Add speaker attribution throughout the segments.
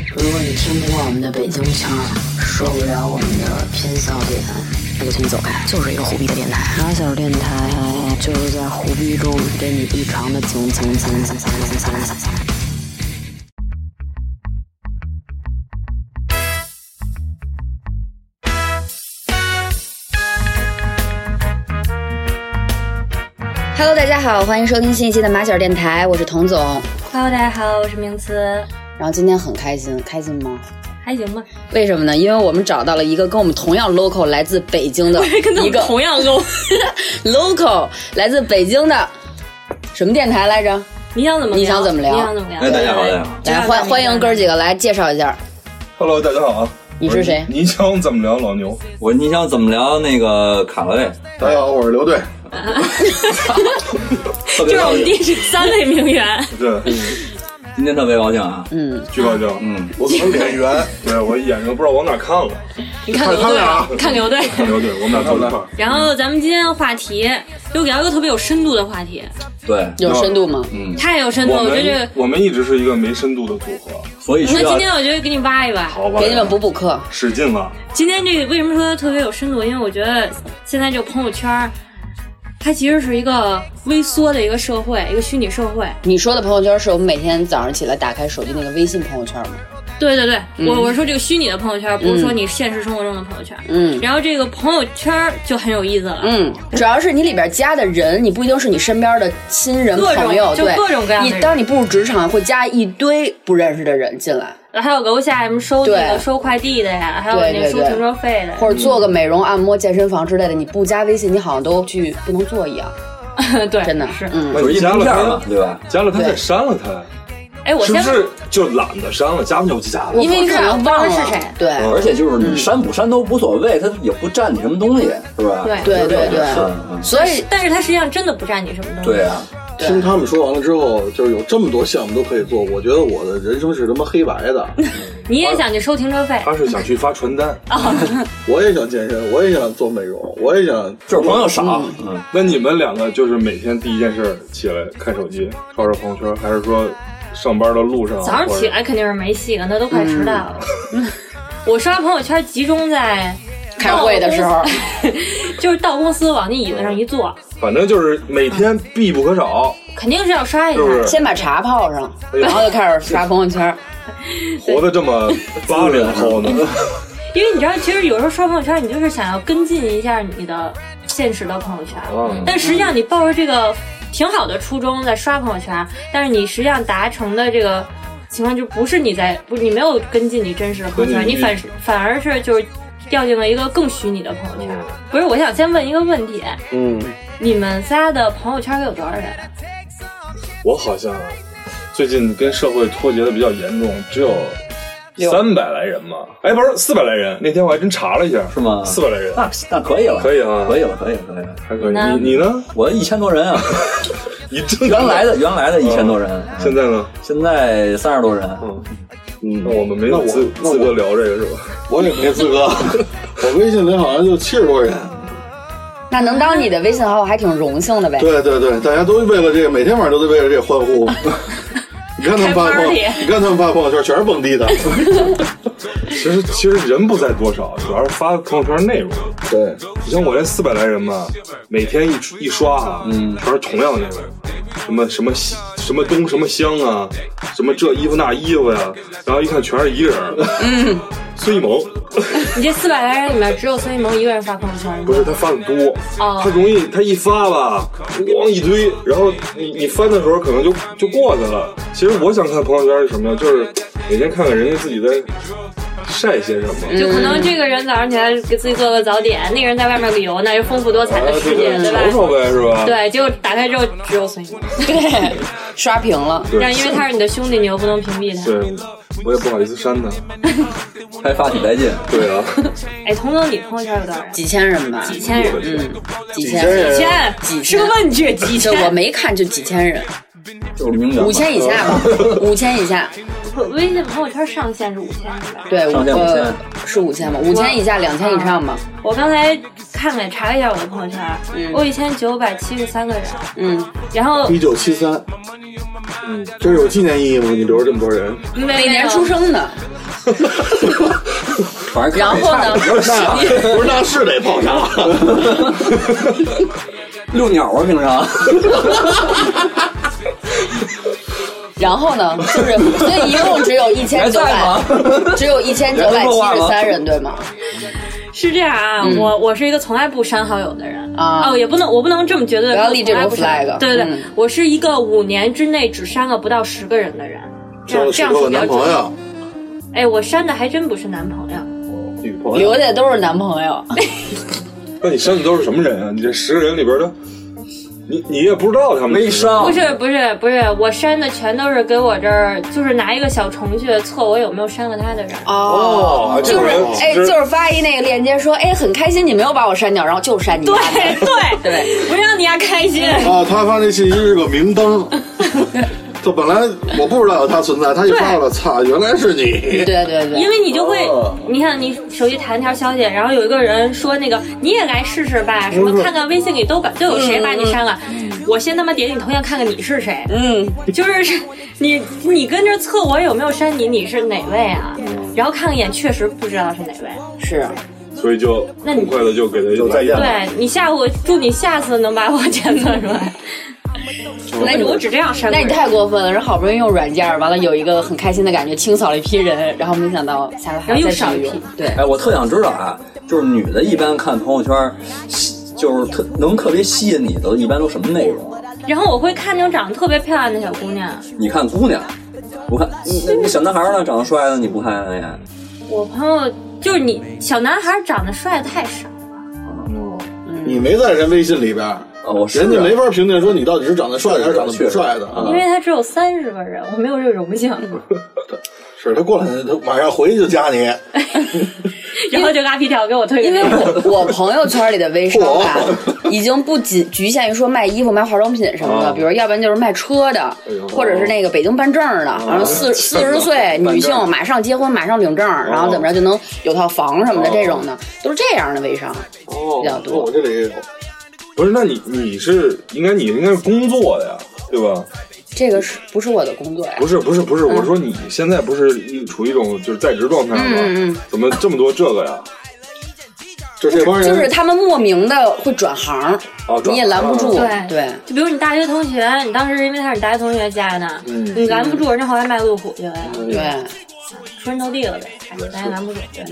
Speaker 1: 听不惯我们的北京腔儿，受不了我们的偏笑点，我就请你走开。就是一个虎逼的电台，马小电台就是在虎逼中给你异常的蹭蹭蹭蹭蹭蹭蹭蹭蹭。
Speaker 2: Hello，大家好，欢迎收听新一期的马小电台，我是童总。
Speaker 3: Hello，大家好，我是名词，
Speaker 2: 然后今天很开心，开心吗？
Speaker 3: 还行吧。
Speaker 2: 为什么呢？因为我们找到了一个跟我们同样 local 来自北京的一个
Speaker 3: 同样跟我，
Speaker 2: local 来自北京的什么电台来着？
Speaker 3: 你想怎么聊？
Speaker 2: 你想怎么聊
Speaker 3: 你想怎么聊？
Speaker 4: 哎大家好大家
Speaker 2: 来
Speaker 4: 好
Speaker 2: 欢欢迎哥儿几个来介绍一下，
Speaker 4: Hello，大家好啊！
Speaker 2: 你是谁
Speaker 3: 嗯
Speaker 4: 我你想怎么聊老牛？
Speaker 5: 我你想怎么聊那个卡拉位？
Speaker 6: 大家好，我是刘队。
Speaker 5: 特
Speaker 3: 这
Speaker 5: 别
Speaker 3: 是我
Speaker 5: 高
Speaker 3: 们
Speaker 5: 兴，
Speaker 3: 第十三位名 媛，
Speaker 4: 对，嗯
Speaker 5: 今天特别高兴啊！
Speaker 2: 嗯，
Speaker 4: 巨高兴。
Speaker 5: 嗯，
Speaker 6: 我可能脸圆，
Speaker 4: 对我眼睛不知道往哪看了。
Speaker 3: 你 看刘
Speaker 6: 看他
Speaker 3: 队
Speaker 6: 俩
Speaker 3: 啊
Speaker 6: 啊，
Speaker 3: 看刘队。
Speaker 4: 刘队， 我们俩坐一块儿。
Speaker 3: 然后咱们今天的话题，就聊一个特别有深度的话题，
Speaker 5: 对，
Speaker 2: 有深度吗？
Speaker 5: 嗯，
Speaker 3: 太有深度
Speaker 4: 我
Speaker 3: 了，我觉得
Speaker 4: 们我们一直是一个没深度的组合，
Speaker 5: 所以
Speaker 3: 这。
Speaker 5: 需
Speaker 3: 那
Speaker 5: 要
Speaker 3: 今天我觉得给你挖一挖。
Speaker 4: 好吧？
Speaker 2: 给你们补补课。
Speaker 4: 使劲了，
Speaker 3: 今天这个为什么说特别有深度？因为我觉得现在这个朋友圈儿，它其实是一个微缩的一个社会，一个虚拟社会。
Speaker 2: 你说的朋友圈是我们每天早上起来打开手机那个微信朋友圈吗？
Speaker 3: 对对对，我我说这个虚拟的朋友圈，不是说你现实生活中的朋友圈。
Speaker 2: 嗯
Speaker 3: 然后这个朋友圈就很有意思了，
Speaker 2: 嗯，主要是你里边加的人，你不一定是你身边的亲人
Speaker 3: 各种
Speaker 2: 朋友，
Speaker 3: 就
Speaker 2: 对，
Speaker 3: 各种各样的人
Speaker 2: 你当你步入职场，会加一堆不认识的人进来，
Speaker 3: 还有楼下什么收那个
Speaker 2: 对
Speaker 3: 收快递的呀，还有
Speaker 2: 对
Speaker 3: 那个
Speaker 2: 对
Speaker 3: 收
Speaker 2: 对
Speaker 3: 停车费的呀，
Speaker 2: 或者做个美容、按摩、健身房之类的，你不加微信，你好像都去不能做一样，
Speaker 3: 对，
Speaker 2: 真的
Speaker 3: 哎是。
Speaker 2: 嗯，
Speaker 5: 就是一
Speaker 4: 加
Speaker 5: 张
Speaker 4: 了
Speaker 5: 片嘛，
Speaker 4: 他，
Speaker 5: 对吧？
Speaker 4: 加了他
Speaker 2: 对
Speaker 4: 再删了他，
Speaker 3: 哎，我
Speaker 4: 是不
Speaker 3: 先
Speaker 4: 是就懒得删了？加不就不加了？
Speaker 2: 因为你可能忘了
Speaker 3: 我不知道是谁
Speaker 2: 对，嗯
Speaker 5: 而且就是你删不删都无所谓，它也不占你什么东西，是吧？
Speaker 3: 对
Speaker 2: 对对对
Speaker 5: 是嗯
Speaker 2: 所以
Speaker 3: 但是它实际上真的不占你什么东西。
Speaker 5: 对啊，
Speaker 6: 听他们说完了之后，就是有这么多项目都可以做，我觉得我的人生是他妈黑白的。
Speaker 3: 你也想去收停车费，
Speaker 4: 他是想去发传单。
Speaker 6: 我也想健身，我也想做美容，我也想
Speaker 5: 就是朋友少，嗯，
Speaker 4: 那你们两个就是每天第一件事起来看手机，刷刷朋友圈，还是说上班的路上？
Speaker 3: 早上起来肯定是没戏了，那都快迟到了。 我刷朋友圈集中在
Speaker 2: 嗯开会的时候，
Speaker 3: 嗯就是到公司往那椅子上一坐，
Speaker 4: 或者，反正就是每天必不可少，
Speaker 3: 肯定是要刷一下
Speaker 4: 是。不 是？
Speaker 2: 先把茶泡上，
Speaker 4: 哎呦
Speaker 2: 然后就开始刷朋友圈，
Speaker 4: 活得这么八零后呢？
Speaker 3: 因为你知道，其实有时候刷朋友圈，你就是想要跟进一下你的现实的朋友圈，
Speaker 4: 嗯
Speaker 3: 但实际上你抱着这个挺好的初衷在刷朋友圈，但是你实际上达成的这个情况就不是你在不是你没有跟进你真实的朋友圈，
Speaker 4: 跟你
Speaker 3: 你反反而是就是掉进了一个更虚拟的朋友圈。不是，我想先问一个问题，
Speaker 6: 嗯，
Speaker 3: 你们仨的朋友圈里有多少人？
Speaker 4: 我好像最近跟社会脱节的比较严重，只有三百来人嘛。哎，不是四百来人，那天我还真查了一下，
Speaker 5: 是吗？
Speaker 4: 四百来人，
Speaker 5: 那那可以了，
Speaker 4: 可以啊
Speaker 5: 可以了，可以了，可以了。
Speaker 4: 还可以。
Speaker 3: 那
Speaker 4: 你你呢？
Speaker 5: 我一千多人啊，
Speaker 4: 你真
Speaker 5: 原来的原来的一千多人，嗯
Speaker 4: 现在呢？
Speaker 5: 现在三十多人，
Speaker 4: 嗯，
Speaker 6: 嗯
Speaker 4: 那我们没
Speaker 6: 那
Speaker 4: 有
Speaker 6: 我
Speaker 4: 资
Speaker 6: 那我
Speaker 4: 资格聊这个是吧？
Speaker 6: 我也没资格。 我微信里好像就七十多人。
Speaker 2: 那能当你的微信好友还挺荣幸的呗。
Speaker 6: 对对对，大家都为了这个，每天晚上都得为了这个欢呼。 你看他们发
Speaker 3: 开
Speaker 6: 朋友，
Speaker 3: party
Speaker 6: 你看他们发朋友圈，全是蹦迪的。
Speaker 4: 其实其实人不在多少，主要是发朋友圈内容。
Speaker 6: 对，
Speaker 4: 你像我这四百来人吧，每天一一刷哈，嗯，全是同样的内容，什么什么西什么东什么香啊，什么这衣服那衣服呀、然后一看全是一个人，嗯， 孙艺萌，
Speaker 3: 你这四百来人里面，只有孙艺萌一个人发朋友圈，
Speaker 4: 不是他发的多，
Speaker 3: 哦
Speaker 4: 他容易他一发吧，咣一堆，然后你你翻的时候可能就就过去了。其实我想看朋友圈是什么呀，就是每天看看人家自己在晒些什么。
Speaker 3: 就可能这个人早上起来给自己做个早点，那个人在外面旅游，那是丰富多彩
Speaker 4: 啊
Speaker 3: 的，世
Speaker 4: 对
Speaker 3: 界，
Speaker 4: 对，
Speaker 3: 对
Speaker 4: 瞅瞅
Speaker 3: 吧？
Speaker 4: 呗，是吧？
Speaker 3: 对，结果打开之后只有孙艺萌，
Speaker 2: 对，刷屏了。
Speaker 4: 对
Speaker 3: 但因为他是你的兄弟，你又不能屏蔽他。
Speaker 4: 对，我也不好意思删他。
Speaker 5: 还发挺带劲。
Speaker 4: 对啊，
Speaker 3: 哎，童总，你朋友圈有多少人？
Speaker 2: 几千人吧，
Speaker 3: 几千人？
Speaker 2: 嗯，几
Speaker 6: 几千
Speaker 2: 千，
Speaker 6: 人
Speaker 2: 几千
Speaker 3: 千？是个问句，几
Speaker 2: 就
Speaker 3: 千？
Speaker 2: 我没看，就几千人，
Speaker 5: 就是名媛嘛，
Speaker 2: 五千以下吧，五千以下，
Speaker 3: 微信朋友圈上限是五千，是吧？
Speaker 2: 对，五
Speaker 5: 上限
Speaker 2: 呃是五千吧，五千以下，两千以上吧，
Speaker 3: 我刚才看了查了一下我的朋友圈，我一千九百七十三个人，
Speaker 2: 嗯，
Speaker 3: 然后
Speaker 6: 一九七三。嗯，这是有纪念意义吗？你留着这么多人，
Speaker 3: 每
Speaker 2: 每年出生的，
Speaker 5: 嗯反正
Speaker 2: 然后呢
Speaker 5: 比较
Speaker 6: 那
Speaker 5: 香，
Speaker 6: 不是那是得啊泡茶，
Speaker 5: 遛鸟啊，平常。
Speaker 2: 然后呢，就是所以一共只有一千
Speaker 5: 还
Speaker 2: 九
Speaker 5: 在
Speaker 2: 百
Speaker 5: 吗，
Speaker 2: 只有一千九百七十三人，对 吗？
Speaker 3: 是这样啊，我我是一个从来不删好友的人
Speaker 2: 嗯啊
Speaker 3: 哦，也不能，我不能这么绝对的
Speaker 2: 不要立这种 flag
Speaker 3: 对对对
Speaker 2: 嗯，
Speaker 3: 我是一个五年之内只删了不到十个人的人，这样
Speaker 6: 交
Speaker 3: 这
Speaker 6: 十
Speaker 3: 样
Speaker 6: 个
Speaker 3: 是比较
Speaker 6: 男
Speaker 3: 准
Speaker 6: 朋。友，
Speaker 3: 哎，我删的还真不是男朋友，
Speaker 4: 女朋友
Speaker 2: 留。的都是男朋友，
Speaker 4: 那你删的都是什么人啊？你这十个人里边的，你你也不知道他们
Speaker 5: 微
Speaker 4: 是谁
Speaker 5: 商
Speaker 3: 不是不是不是，我删的全都是给我这儿，就是拿一个小程序测我有没有删过他的人。
Speaker 2: 哦。
Speaker 4: 哦，这
Speaker 2: 就
Speaker 4: 种
Speaker 2: 是
Speaker 4: 人
Speaker 2: 哎，就是发一那个链接说，哎，很开心你没有把我删掉，然后就删你。
Speaker 3: 对 对
Speaker 2: 对，
Speaker 3: 我让你丫开心。
Speaker 6: 啊，他发那信息是个明灯。就本来我不知道有他存在，他一发了，操，原来是你。
Speaker 2: 对对
Speaker 3: 因
Speaker 2: 对，
Speaker 3: 为你就会，
Speaker 2: 哦
Speaker 3: 你看你手机弹条消息，然后有一个人说那个你也来试试
Speaker 2: 嗯
Speaker 3: 吧，什么看看微信里都把都有谁把你删了，我先他妈点你头像看看你是谁，
Speaker 2: 嗯，
Speaker 3: 就是你你跟着测我有没有删你，你是哪位啊？
Speaker 2: 嗯
Speaker 3: 然后看了一眼，确实不知道是哪位。
Speaker 2: 是
Speaker 4: 所以就
Speaker 3: 那你
Speaker 4: 很快的就给他
Speaker 5: 就再见
Speaker 2: 嗯
Speaker 5: 了
Speaker 3: 对你下午祝你下次能把我检测出来。
Speaker 2: 那你
Speaker 3: 我只这样删
Speaker 2: 嗯
Speaker 3: 过
Speaker 2: 那
Speaker 3: 人。
Speaker 2: 你太过分了，人好不容易用软件儿，完了有一个很开心的感觉，清扫了一批人，然后没想到下回还要
Speaker 3: 然后又
Speaker 2: 再
Speaker 3: 少
Speaker 2: 少
Speaker 3: 一批
Speaker 2: 用。对，
Speaker 5: 哎，我特想知道啊，就是女的一般看朋友圈，吸就是特能特别吸引你的，一般都什么内容啊？
Speaker 3: 然后我会看那种长得特别漂亮的小姑娘，
Speaker 5: 你看姑娘，不看你那那小男孩呢，长得帅的你不看了呀？
Speaker 3: 我朋友就是你小男孩长得帅的太少。
Speaker 6: 你没在人微信里边，
Speaker 5: 哦，我是
Speaker 6: 人家没法评定说你到底是长得帅的还是长得不帅的啊
Speaker 3: 因。为他只有三十个人，我没有这个荣幸，
Speaker 6: 是他过两天，他马上回去就加你。
Speaker 3: 然后就拉皮条给我推给
Speaker 2: 因
Speaker 3: 别
Speaker 2: 为
Speaker 3: 人，
Speaker 2: 我我朋友圈里的微商吧，已经不仅局限于说卖衣服、卖化妆品什
Speaker 4: 啊
Speaker 2: 么的，比如要不然就是卖车的，
Speaker 4: 哎
Speaker 2: 或者是那个北京办证的，
Speaker 4: 啊
Speaker 2: 然后四四十岁女性马上结婚、马上领证，然后怎
Speaker 4: 哦
Speaker 2: 么着就能有套房什么的，这种的都是这样的微商。
Speaker 6: 哦
Speaker 2: 比较多
Speaker 6: 我这里也有。
Speaker 4: 不是？那你你是应该你应该是工作的呀，对吧？
Speaker 2: 这个是不是我的工作呀？
Speaker 4: 不是不是不是，我说你现在不是一处于一种就是在职状态吗？
Speaker 2: 嗯嗯嗯
Speaker 4: 怎么这么多这个呀？
Speaker 6: 就这帮人，
Speaker 2: 就是他们莫名的会转行，
Speaker 4: 哦转行
Speaker 2: 你也拦不住。
Speaker 3: 对
Speaker 2: 对，
Speaker 3: 就比如你大学同学，你当时因为他是你大学同学加的，你拦不住人家后来卖路虎去了呀，
Speaker 2: 对，
Speaker 3: 出人头地了呗，哎咱也拦不住。对，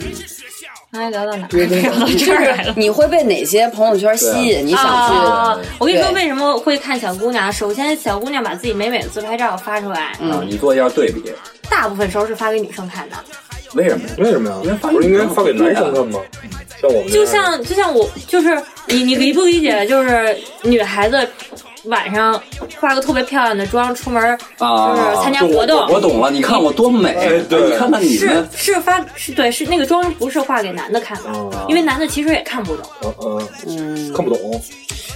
Speaker 3: 刚才聊到哪儿？
Speaker 2: 对对
Speaker 3: 聊到
Speaker 2: 对，就
Speaker 3: 这儿来
Speaker 2: 是
Speaker 3: 了。
Speaker 2: 你会被哪些朋友圈吸引？你想去？
Speaker 3: 啊！我跟你说，
Speaker 2: 对
Speaker 3: 为什么会看小姑娘？首先，小姑娘把自己美美的自拍照发出来，
Speaker 5: 啊，你做一下对比，
Speaker 3: 大部分时候是发给女生看的。
Speaker 5: 为什么呀？
Speaker 4: 为什么呀？
Speaker 5: 应该发
Speaker 4: 不是应该发给
Speaker 5: 给
Speaker 4: 男
Speaker 5: 男
Speaker 4: 生
Speaker 5: 生
Speaker 4: 看吗？像我们这
Speaker 3: 就
Speaker 4: 样
Speaker 3: 像
Speaker 4: 的
Speaker 3: 就像我就是你你理不理解？就是女孩子晚上化个特别漂亮的妆出门儿，
Speaker 5: 啊
Speaker 3: 就是参加活
Speaker 5: 就
Speaker 3: 动
Speaker 5: 我我懂了，你看我多美，
Speaker 4: 对
Speaker 5: 你看看你
Speaker 3: 是
Speaker 5: 们，
Speaker 3: 是发是对是那个妆不是画给男的看的，
Speaker 5: 哦
Speaker 3: 因为男的其实也看不懂。
Speaker 4: 嗯嗯，看不懂。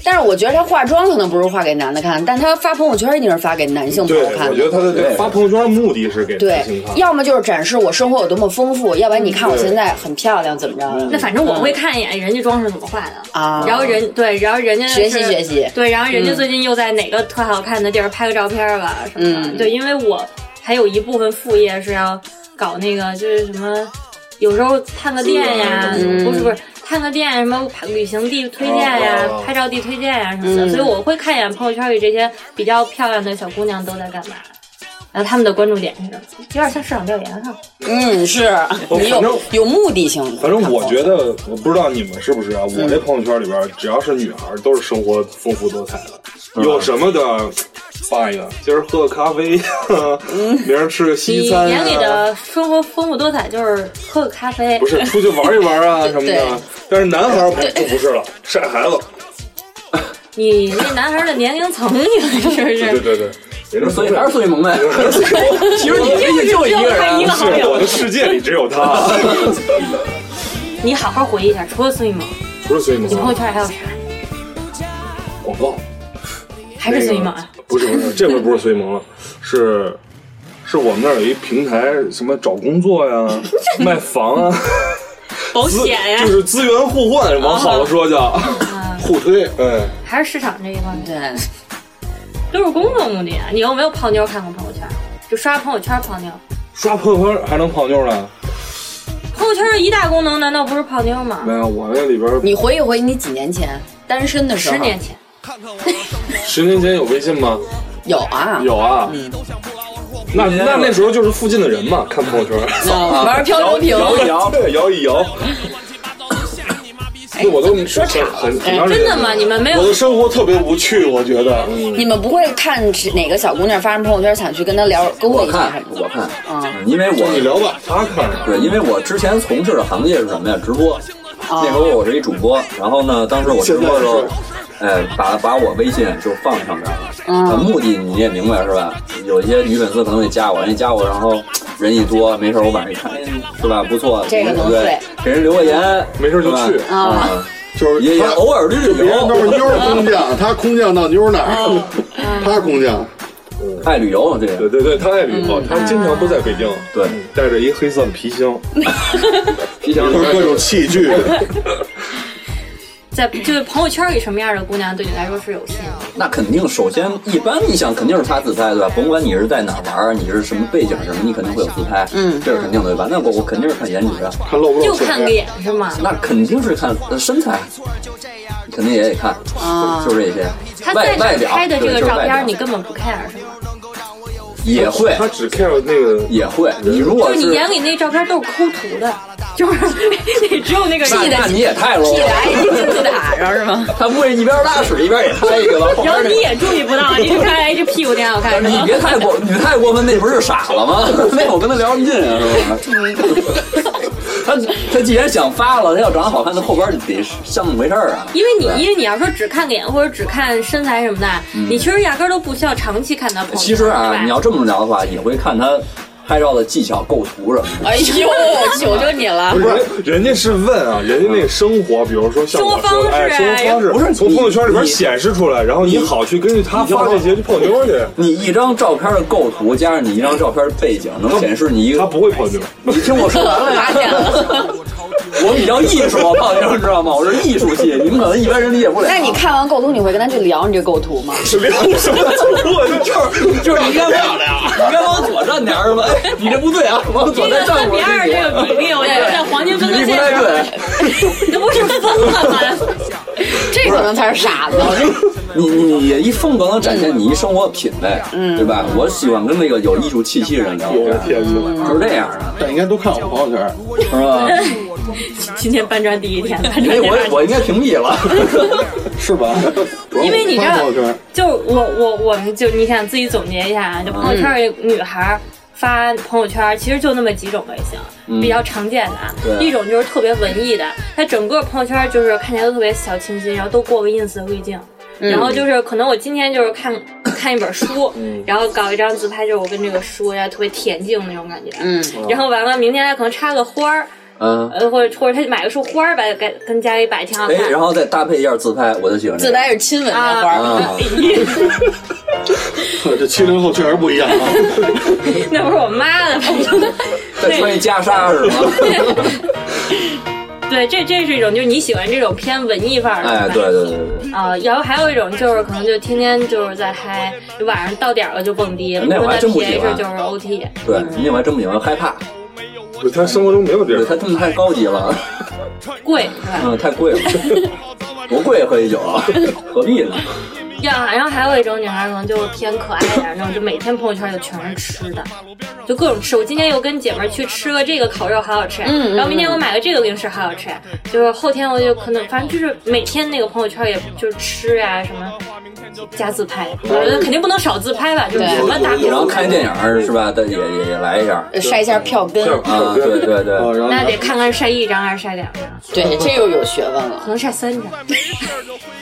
Speaker 2: 但是我觉得她化妆可能不是化给男的看，但她发朋友圈一定是发给男性朋
Speaker 4: 对，
Speaker 2: 友看
Speaker 4: 我觉
Speaker 2: 的。
Speaker 4: 得他的
Speaker 5: 对
Speaker 4: 发朋友圈的目的是给男
Speaker 2: 对
Speaker 4: 性看，。
Speaker 2: 要么就是展示我生活有多么丰富，要不然你看我现在很漂亮，怎么着？
Speaker 5: 嗯
Speaker 3: 那反正我会看一眼人家妆是怎么画的
Speaker 2: 啊
Speaker 3: 然后人对，然后人家
Speaker 2: 学习
Speaker 3: 是
Speaker 2: 学习
Speaker 3: 对，然后人家最近又在哪个特好看的地儿拍个照片儿吧什么的，
Speaker 2: 嗯
Speaker 3: 对，因为我还有一部分副业是要搞那个就是什么，有时候探个店呀，不是不是探个店什么旅行地推荐呀、拍照地推荐呀什么的，所以我会看一眼朋友圈里这些比较漂亮的小姑娘都在干嘛。然后他们的关注点是什么？有点像市场调研哈。
Speaker 2: 嗯，是
Speaker 4: 我
Speaker 2: 你
Speaker 4: 哦反正
Speaker 2: 有有目的性的。
Speaker 4: 反正我觉得，我不知道你们是不是啊。
Speaker 3: 嗯
Speaker 4: 我这朋友圈里边，只要是女孩，都是生活丰富多彩
Speaker 3: 嗯
Speaker 4: 的，有什么的发一个。今儿喝个咖啡， 明儿吃
Speaker 3: 嗯
Speaker 4: 个
Speaker 3: 你
Speaker 4: 西餐
Speaker 3: 眼里
Speaker 4: 啊，
Speaker 3: 的生活丰富多彩就是喝个咖啡
Speaker 4: 不，是出去玩一 玩啊什么
Speaker 2: 对
Speaker 4: 的。但是男孩不就不是了，晒孩子。
Speaker 3: 你那男孩的年龄层，你们是不
Speaker 4: 对
Speaker 3: 是？
Speaker 4: 对对，人家
Speaker 5: 所以还 是
Speaker 4: 是
Speaker 5: 苏玉萌呗。其实你微信就一个
Speaker 3: 你
Speaker 5: 人
Speaker 3: 有
Speaker 5: 啊，
Speaker 3: 好友，
Speaker 4: 我的世界里只有 他，
Speaker 3: 你好好回忆一下，除了孙艺萌，
Speaker 5: 哦
Speaker 4: 不是孙啊
Speaker 3: 你朋
Speaker 4: 萌
Speaker 3: 友。圈还有啥？
Speaker 4: 广告
Speaker 3: 还是孙艺萌啊？
Speaker 4: 不是不是，这回不是孙萌了，是。是我们那儿有一平台，什么找工 作呀、卖房啊、
Speaker 3: 保
Speaker 4: 资
Speaker 3: 险呀
Speaker 4: 就，是资源互换，往好了说叫 互推。哎，
Speaker 3: 还是市场这一方面，
Speaker 2: 对，
Speaker 3: 都是工作目的。你有没有泡妞看过朋友圈？就刷朋友圈泡妞，
Speaker 4: 刷朋友圈还能泡妞呢？
Speaker 3: 友圈的一大功能难道不是泡妞吗
Speaker 4: 没？有，我那里边儿
Speaker 2: 你回忆回你几年前单身的时候，
Speaker 3: 十年前，
Speaker 4: 十年前有微信吗？
Speaker 2: 有啊，
Speaker 4: 有啊。那那那时候就是附近的人嘛，看朋友圈，
Speaker 2: 啊玩漂流瓶，
Speaker 5: 摇一摇，
Speaker 4: 对，摇一摇。那我都
Speaker 2: 说岔了
Speaker 4: 很很长时
Speaker 3: 真
Speaker 4: 间
Speaker 3: 的吗？你们没
Speaker 6: 我的
Speaker 3: 有？
Speaker 6: 生活特别无趣，我觉得。嗯
Speaker 2: 你们不会看是哪个小姑娘发什么朋友圈，想去跟她聊勾
Speaker 5: 我
Speaker 2: 搭一下
Speaker 5: 看
Speaker 2: 什么的？
Speaker 5: 我看，嗯因为我
Speaker 6: 你聊吧，
Speaker 4: 他看着
Speaker 5: 对，因为我之前从事的行业是什么呀？直播。
Speaker 2: 哦
Speaker 5: 那时候我是一主播，然后呢，当时我直播的时候
Speaker 6: 现在，
Speaker 5: 哎，把把我微信就放上边了。
Speaker 2: 嗯
Speaker 5: 呃目的你也明白是吧？有一些女粉丝可能会加我，人家加我，然后人一多，没事儿我晚上一看，哎是吧？不错，
Speaker 2: 这个能嗯
Speaker 5: 对，给人留个言，
Speaker 4: 没事儿就去
Speaker 5: 是吧啊，
Speaker 6: 就是
Speaker 5: 也也
Speaker 6: 他
Speaker 5: 偶尔旅
Speaker 6: 就
Speaker 5: 旅
Speaker 6: 别人
Speaker 5: 游
Speaker 6: 都，是妞儿空降，他空降到妞儿那儿，他空降。
Speaker 5: 爱旅游嘛，这
Speaker 4: 对
Speaker 5: 个
Speaker 4: 对对，他爱旅游，他经常不在北京，
Speaker 5: 对
Speaker 4: 嗯，带着一黑色的皮箱，
Speaker 5: 皮
Speaker 4: 嗯
Speaker 5: 箱
Speaker 6: 就是各种器具，
Speaker 3: 在就是朋友圈里什么样的姑娘对你来说是有吸引力？
Speaker 5: 那肯定，首先一般你想肯定是他自拍对吧？甭管你是在哪玩儿，你是什么背景什么，你肯定会有自拍，嗯，这是肯定的对吧？那我我肯定是看颜值啊，
Speaker 6: 他露不
Speaker 3: 就
Speaker 6: 露
Speaker 3: 看
Speaker 6: 脸？
Speaker 3: 脸是吗？
Speaker 5: 那肯定是看呃身材，肯定也得看，就是这些。
Speaker 3: 啊他在
Speaker 5: 外外
Speaker 3: 你
Speaker 5: 表
Speaker 3: 拍的这
Speaker 5: 对
Speaker 3: 个
Speaker 5: 就是
Speaker 3: 照
Speaker 5: 外表
Speaker 3: 片，你根本不 care 是吗？
Speaker 5: 也会
Speaker 4: 他只 care 那个
Speaker 5: 也会。你如果
Speaker 3: 就是
Speaker 5: 是
Speaker 3: 你眼里那照片都是抠图的， 就是你只有那个
Speaker 5: 那
Speaker 3: 人
Speaker 5: 那你也太 low
Speaker 2: 你来
Speaker 3: 哎
Speaker 5: 了，
Speaker 2: 一金字塔上是吗？
Speaker 5: 他不会一边拉屎一边也拍一个吧？
Speaker 3: 然后啊你也注意不到，你就看哎这屁股垫好看是
Speaker 5: 你
Speaker 3: 吗？
Speaker 5: 别太过，你太过分，那不是傻了吗？ 那我跟他聊什么劲啊，是吧？ 他他既然想发了，他要长得好看，他后边得像那么回事儿啊。
Speaker 3: 因为你，因为你要说只看脸或者只看身材什么的，你其实压根儿都不需要长期看他朋友圈。
Speaker 5: 嗯其实
Speaker 3: 是吧
Speaker 5: 啊，你要这么聊的话，也会看他拍照的技巧、构图什么的。
Speaker 2: 哎呦，求求你了！
Speaker 4: 不是，人家是问啊，人家那个生活，比如说像我说的，哎，
Speaker 3: 生活方式
Speaker 4: 生活方式
Speaker 5: 不是
Speaker 4: 从
Speaker 5: 你
Speaker 4: 朋友圈里边
Speaker 5: 你
Speaker 4: 显示出来，然后你好去根据他发这些去泡妞去。
Speaker 5: 你一张照片的构图，加上你一张照片的背景，能显示你一
Speaker 4: 他
Speaker 5: 个。
Speaker 4: 不会泡妞，
Speaker 5: 你听我说完了呀
Speaker 2: 发现了。
Speaker 5: 我比较艺术，我泡妞，你知道吗？我是艺术系，你们可能一般人理解不了。
Speaker 2: 那你看完构图，你会跟他去聊你这构图吗？
Speaker 4: 是聊什么图啊？这
Speaker 5: 就是就是你应该往你应该往左站点儿是吧？哎你这不对啊，往左
Speaker 3: 这
Speaker 5: 再
Speaker 3: 个
Speaker 5: 站
Speaker 3: 三
Speaker 5: 我
Speaker 3: 比二这个比例，我觉得在 黄金
Speaker 5: 比
Speaker 3: 分割
Speaker 5: 例不
Speaker 3: 线
Speaker 5: 太
Speaker 3: 上，
Speaker 5: 对。
Speaker 3: 你都不是疯了吗？
Speaker 2: 这可能才是傻子。
Speaker 5: 你你你一风格能展现你一生活品味，嗯，对吧？我喜欢跟那个有艺术气息的人聊
Speaker 4: 我的
Speaker 5: 天，
Speaker 4: 天呐！
Speaker 5: 就是这样的，
Speaker 6: 但应该都看我朋友圈。
Speaker 5: 是吧？
Speaker 3: 今天搬砖第一天，搬砖
Speaker 5: 哎，
Speaker 3: 第二
Speaker 5: 我
Speaker 3: 天
Speaker 5: 我应该屏蔽了。
Speaker 6: 是吧？
Speaker 3: 因为你知
Speaker 6: 我
Speaker 3: 道
Speaker 6: 朋友圈，
Speaker 3: 就我我我们就你想自己总结一下啊，就朋
Speaker 5: 嗯
Speaker 3: 友圈里女孩儿发朋友圈儿，其实就那么几种类型，比较常见的啊。
Speaker 5: 嗯对
Speaker 3: 一种就是特别文艺的，她整个朋友圈儿就是看起来都特别小清新，然后都过个 ins 滤镜。
Speaker 5: 嗯
Speaker 3: 然后就是，可能我今天就是看 看一本书，
Speaker 5: 嗯
Speaker 3: 然后搞一张自拍，就是我跟这个书，然后特别恬静那种感觉。
Speaker 2: 嗯，
Speaker 3: 然后完了，明天他可能插个花儿，
Speaker 5: 嗯，
Speaker 3: 呃，或者或者他买个束花儿吧，给跟家里摆挺好
Speaker 5: 哎
Speaker 3: 看。，
Speaker 5: 然后再搭配一下自拍，我就喜欢这
Speaker 2: 自
Speaker 5: 个。
Speaker 2: 拍是亲吻那花儿，
Speaker 5: 啊，
Speaker 6: 呵这七零后确实不一样啊。
Speaker 3: 那不是我妈的，反正。
Speaker 5: 再穿一袈裟是吗？
Speaker 3: 对，这这是一种，就是你喜欢这种偏文艺范儿的。
Speaker 5: 哎，对对对对对，
Speaker 3: 啊、然后还有一种就是可能就天天就是在嗨，就晚上到点儿了就蹦迪，
Speaker 5: 那我还真不喜欢
Speaker 3: 是就是 OT。
Speaker 5: 对，那我还真不喜欢，害怕，
Speaker 4: 他生活中没有
Speaker 5: 对
Speaker 4: 这样，
Speaker 5: 他他们太高级了，
Speaker 3: 贵是吧？
Speaker 5: 嗯，太贵 了，多贵喝一酒啊， 何必呢？
Speaker 3: 要，然后还有一种女孩可能就是偏可爱点儿那种，就每天朋友圈就全是吃的，就各种吃。我今天又跟姐们儿去吃了这个烤肉，好好吃。
Speaker 2: 嗯嗯
Speaker 3: 然后明天我买了这个零食，好好吃。就是后天我就可能，反正就是每天那个朋友圈也就是吃呀、什么。加自拍，我觉得肯定不能少自拍吧，就是
Speaker 2: 对
Speaker 3: 什么搭配
Speaker 5: 然后看电影儿是吧？但也也也来一下。
Speaker 2: 晒一下票根。
Speaker 5: 啊，对对对，
Speaker 4: 哦
Speaker 6: 啊，然后
Speaker 3: 那得看看晒一张还是晒两张，
Speaker 2: 对，这又有学问了
Speaker 3: 可。能晒三张。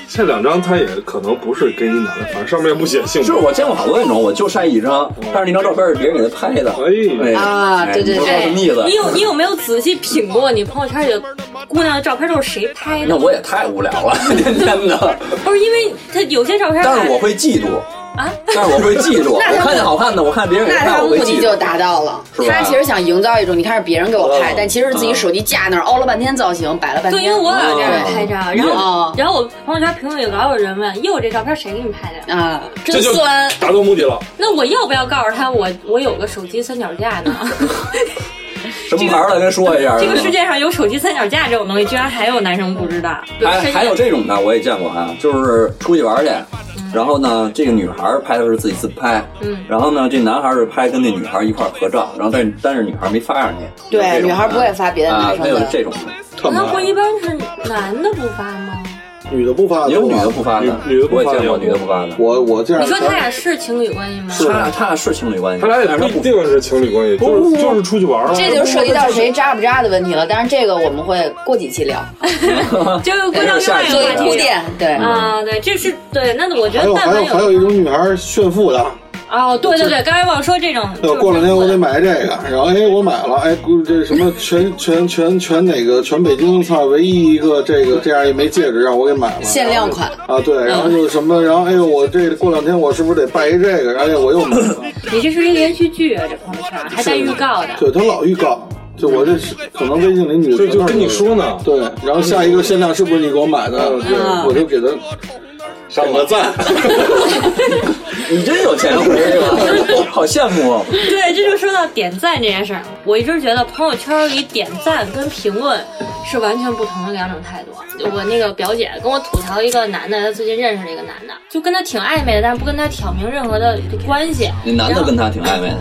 Speaker 4: 这两张他也可能不是跟一男的，反正上面也不写性
Speaker 5: 就是
Speaker 4: 别。
Speaker 5: 我见过好多那种，我就晒一张，但是那张照片是别人给他拍的。
Speaker 4: 哎
Speaker 2: 啊对对
Speaker 5: 你不知道什么意
Speaker 3: 你
Speaker 5: 思？
Speaker 3: 有你有没有仔细品过你朋友圈里的姑娘的照片都是谁拍的？
Speaker 5: 那我也太无聊了，天 天的。
Speaker 3: 不是因为她有些照片，
Speaker 5: 但是我会嫉妒，
Speaker 3: 嗯啊，
Speaker 5: 但是我会嫉妒。
Speaker 2: 那他
Speaker 5: 我看见好看的，我看别人给
Speaker 2: 那
Speaker 5: 拍，
Speaker 2: 他
Speaker 5: 我
Speaker 2: 目
Speaker 5: 会
Speaker 2: 的
Speaker 5: 嫉
Speaker 2: 就
Speaker 5: 妒。
Speaker 2: 达到了，
Speaker 5: 是吧
Speaker 2: 他其实想营造一种你看是别人给我拍
Speaker 5: 嗯，
Speaker 2: 但其实是自己手机架那儿凹了半天造型，摆了半
Speaker 3: 对，
Speaker 2: 天。
Speaker 3: 因为我老这样拍照，然后
Speaker 2: 哦
Speaker 3: 然后我朋友圈评论里老有人问，哟，这照片谁给你拍的？
Speaker 2: 啊，
Speaker 4: 这
Speaker 2: 真
Speaker 4: 就
Speaker 2: 酸。
Speaker 4: 达到目的了。
Speaker 3: 那我要不要告诉他我我有个手机三脚架呢？
Speaker 5: 什么牌儿的跟说一 下。啊
Speaker 3: 这个世界上有手机三脚架这种东西，居然还有男生不知道。
Speaker 5: 还还有这种的，我也见过啊，就是出去玩去，然后呢，这个女孩儿拍的是自己自拍，
Speaker 3: 嗯
Speaker 5: 然后呢，这男孩儿是拍跟那女孩儿一块儿合照，然后但但是女孩儿没发上去，有这
Speaker 2: 对，
Speaker 5: 种
Speaker 2: 女孩
Speaker 5: 的
Speaker 2: 不会发别的
Speaker 5: 啊
Speaker 2: 男，生
Speaker 5: 还有
Speaker 2: 的。
Speaker 5: 这种
Speaker 6: 特麻
Speaker 3: 那不
Speaker 6: 烦
Speaker 3: 一般是男的不发吗？
Speaker 6: 女的不发，
Speaker 5: 的，也有女的不发的，
Speaker 4: 女女的不
Speaker 5: 我
Speaker 4: 发
Speaker 5: 也见过
Speaker 4: 的
Speaker 5: 女的不发的。
Speaker 6: 我我这样，
Speaker 3: 你说他俩是情侣关系吗？
Speaker 5: 他俩他俩是情侣关系，
Speaker 4: 他俩也
Speaker 5: 但是
Speaker 4: 不
Speaker 5: 他
Speaker 4: 一定是情侣关系，就
Speaker 5: 不
Speaker 4: 是
Speaker 5: 不
Speaker 4: 就是出去玩儿了。
Speaker 2: 这就涉及到谁渣不渣的问题了，但是这个我们会过几期聊，
Speaker 3: 就归
Speaker 5: 哎
Speaker 3: 到另外一
Speaker 2: 作
Speaker 3: 个
Speaker 2: 为
Speaker 3: 话
Speaker 2: 铺
Speaker 3: 题。
Speaker 2: 垫。对，
Speaker 3: 啊，对，这是对。那我觉得
Speaker 6: 嗯还有
Speaker 3: 但
Speaker 6: 还有
Speaker 3: 凡
Speaker 6: 还有一种女孩炫富的，
Speaker 3: 哦，对对对，刚才忘说这种。
Speaker 6: 呃，过两天我得买这个，然后哎，我买了，哎，估计这什么全全全全哪个全北京操唯一一个这个这样一枚戒指让我给买了，
Speaker 2: 限量款
Speaker 6: 啊，对，然后又什么，然后哎呦，我这过两天我是不是得拜一这个？哎呀，我又 买了，
Speaker 3: 你这是一连续剧啊，这朋友圈还带预告的。
Speaker 6: 对他老预告，就我这是可能微信里女的
Speaker 4: 对，就
Speaker 6: 全都是
Speaker 4: 跟你说呢，嗯
Speaker 6: 对，然后下一个限量是不是你给我买的？
Speaker 3: 嗯
Speaker 6: 对，我就给他
Speaker 4: 上个赞，
Speaker 5: 你真有钱回去了， 好羡慕哦。
Speaker 3: 对，这就说到点赞这件事儿，我一直觉得朋友圈里点赞跟评论是完全不同的两种态度。啊我那个表姐跟我吐槽一个男的，她最近认识了一个男的，就跟他挺暧昧的，但是不跟他挑明任何的关系。
Speaker 5: 那男的
Speaker 3: 然后
Speaker 5: 跟他挺暧昧的，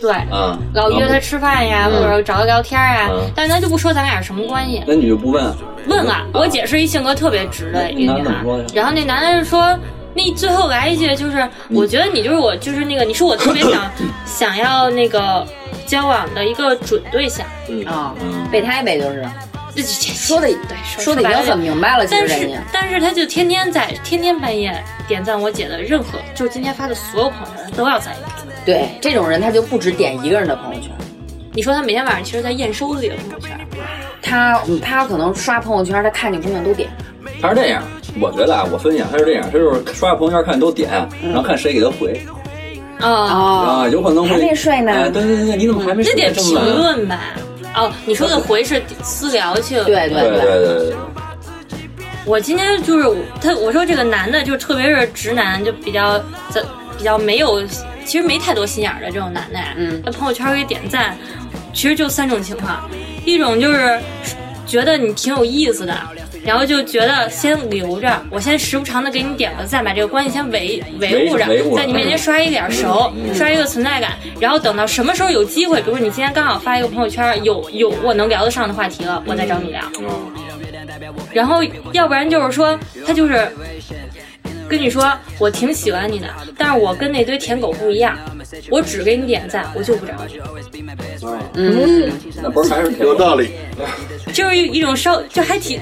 Speaker 3: 对，
Speaker 5: 嗯，
Speaker 3: 老约他吃饭呀，或者找他聊天呀
Speaker 5: 嗯，
Speaker 3: 但是他就不说咱俩是什么关系。
Speaker 5: 那你就不问，
Speaker 3: 问了，我姐是一性格特别直的一个女
Speaker 5: 那怎
Speaker 3: 孩
Speaker 5: 么说呀，
Speaker 3: 然后那男的就说。那最后来一句就是，我觉得你就是我，就是那个你是我特别想想要那个交往的一个准对象。
Speaker 2: 啊，
Speaker 5: 嗯，
Speaker 2: 备胎呗，就是
Speaker 3: 这
Speaker 2: 说
Speaker 3: 说
Speaker 2: 的
Speaker 3: 对
Speaker 2: 说的已经很明白了，其实
Speaker 3: 但
Speaker 2: 人
Speaker 3: 是
Speaker 2: 家。
Speaker 3: 但是他就天天在天天半夜点赞我姐的任何，就是今天发的所有朋友圈他都要在意。
Speaker 2: 对这种人，他就不只点一个人的朋友圈，
Speaker 3: 你说他每天晚上其实在验收自己的朋友圈，
Speaker 2: 他嗯他可能刷朋友圈，他看见姑娘都点，
Speaker 5: 他是这样，我觉得啊，我分析啊，他是这样，他就是刷朋友圈看都点，
Speaker 3: 嗯
Speaker 5: 然后看谁给他回
Speaker 3: 啊，
Speaker 5: 啊，
Speaker 2: 哦，
Speaker 5: 有可能会
Speaker 2: 还没睡呢
Speaker 5: 哎对对对，你怎么还没睡
Speaker 3: 那得
Speaker 5: 呢？这么
Speaker 3: 评
Speaker 5: 晚
Speaker 3: 论吧。哦，你说的回是私聊去了。
Speaker 2: 对
Speaker 5: 对
Speaker 2: 对，
Speaker 5: 对对对，
Speaker 3: 我今天就是我他，我说这个男的，就特别是直男，就比较在比较没有，其实没太多心眼儿的这种男的呀。
Speaker 2: 嗯
Speaker 3: 他朋友圈给点赞，其实就三种情况，一种就是觉得你挺有意思的，然后就觉得先留着，我先时不常的给你点个赞，把这个关系先维维护着
Speaker 5: 维护，着嗯
Speaker 3: 在你面前刷一点熟，刷一个存在感，然后等到什么时候有机会，比如说你今天刚好发一个朋友圈，有有我能聊得上的话题了，我再找你聊。
Speaker 4: 啊
Speaker 3: 然后要不然就是说他就是跟你说我挺喜欢你的，但是我跟那堆舔狗不一样，我只给你点赞，我就不找你，
Speaker 2: 嗯，
Speaker 5: 那不是还是挺
Speaker 6: 有道理，
Speaker 3: 就是一一种稍就还挺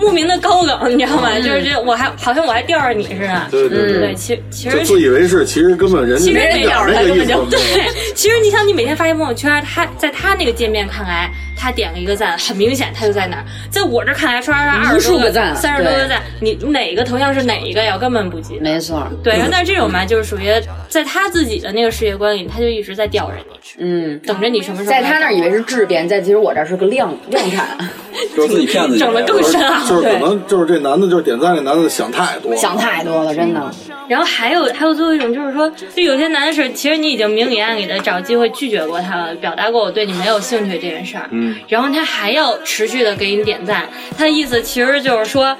Speaker 3: 莫名的高冷，你知道吗？就是这我还好像我还吊着你似的，
Speaker 4: 对对对，
Speaker 3: 对，其其
Speaker 6: 就
Speaker 3: 实
Speaker 6: 自以为是，其实根本人家
Speaker 3: 嗯其实
Speaker 6: 一
Speaker 3: 没
Speaker 6: 点
Speaker 3: 有
Speaker 6: 儿
Speaker 3: 他
Speaker 6: 那
Speaker 3: 根
Speaker 6: 个意
Speaker 3: 本
Speaker 6: 思
Speaker 3: 就
Speaker 6: 都没
Speaker 3: 对
Speaker 6: 有。，
Speaker 3: 其实你想，你每天发一朋友圈，他在他那个界面看来，他点了一个赞，很明显他就在哪儿，在我这看来，刷刷刷二
Speaker 2: 无
Speaker 3: 十多
Speaker 2: 数
Speaker 3: 个
Speaker 2: 个赞
Speaker 3: 三十多个
Speaker 2: 对
Speaker 3: 赞，你哪个头像是哪一个呀？我根本不记得。
Speaker 2: 没错，
Speaker 3: 对，然后但是这种嘛，就是属于在他自己的那个世界观里，他就一直在吊着你，
Speaker 2: 嗯，
Speaker 3: 等着你什么时候
Speaker 2: 在他那儿以为
Speaker 3: 是
Speaker 2: 是质变，在其实我这儿是个量量产，
Speaker 5: 就是自己骗自己呗，
Speaker 3: 整的更深啊奥、
Speaker 6: 就是可能就是这男的，就是点赞这男的想太多了，
Speaker 2: 想太多了，真的。
Speaker 3: 然后还有还有最后一种就是说，就有些男的是，其实你已经明里暗里的找机会拒绝过他了，表达过我对你没有兴趣这件事儿，嗯，然后他还要持续的给你点赞，他的意思其实就是说。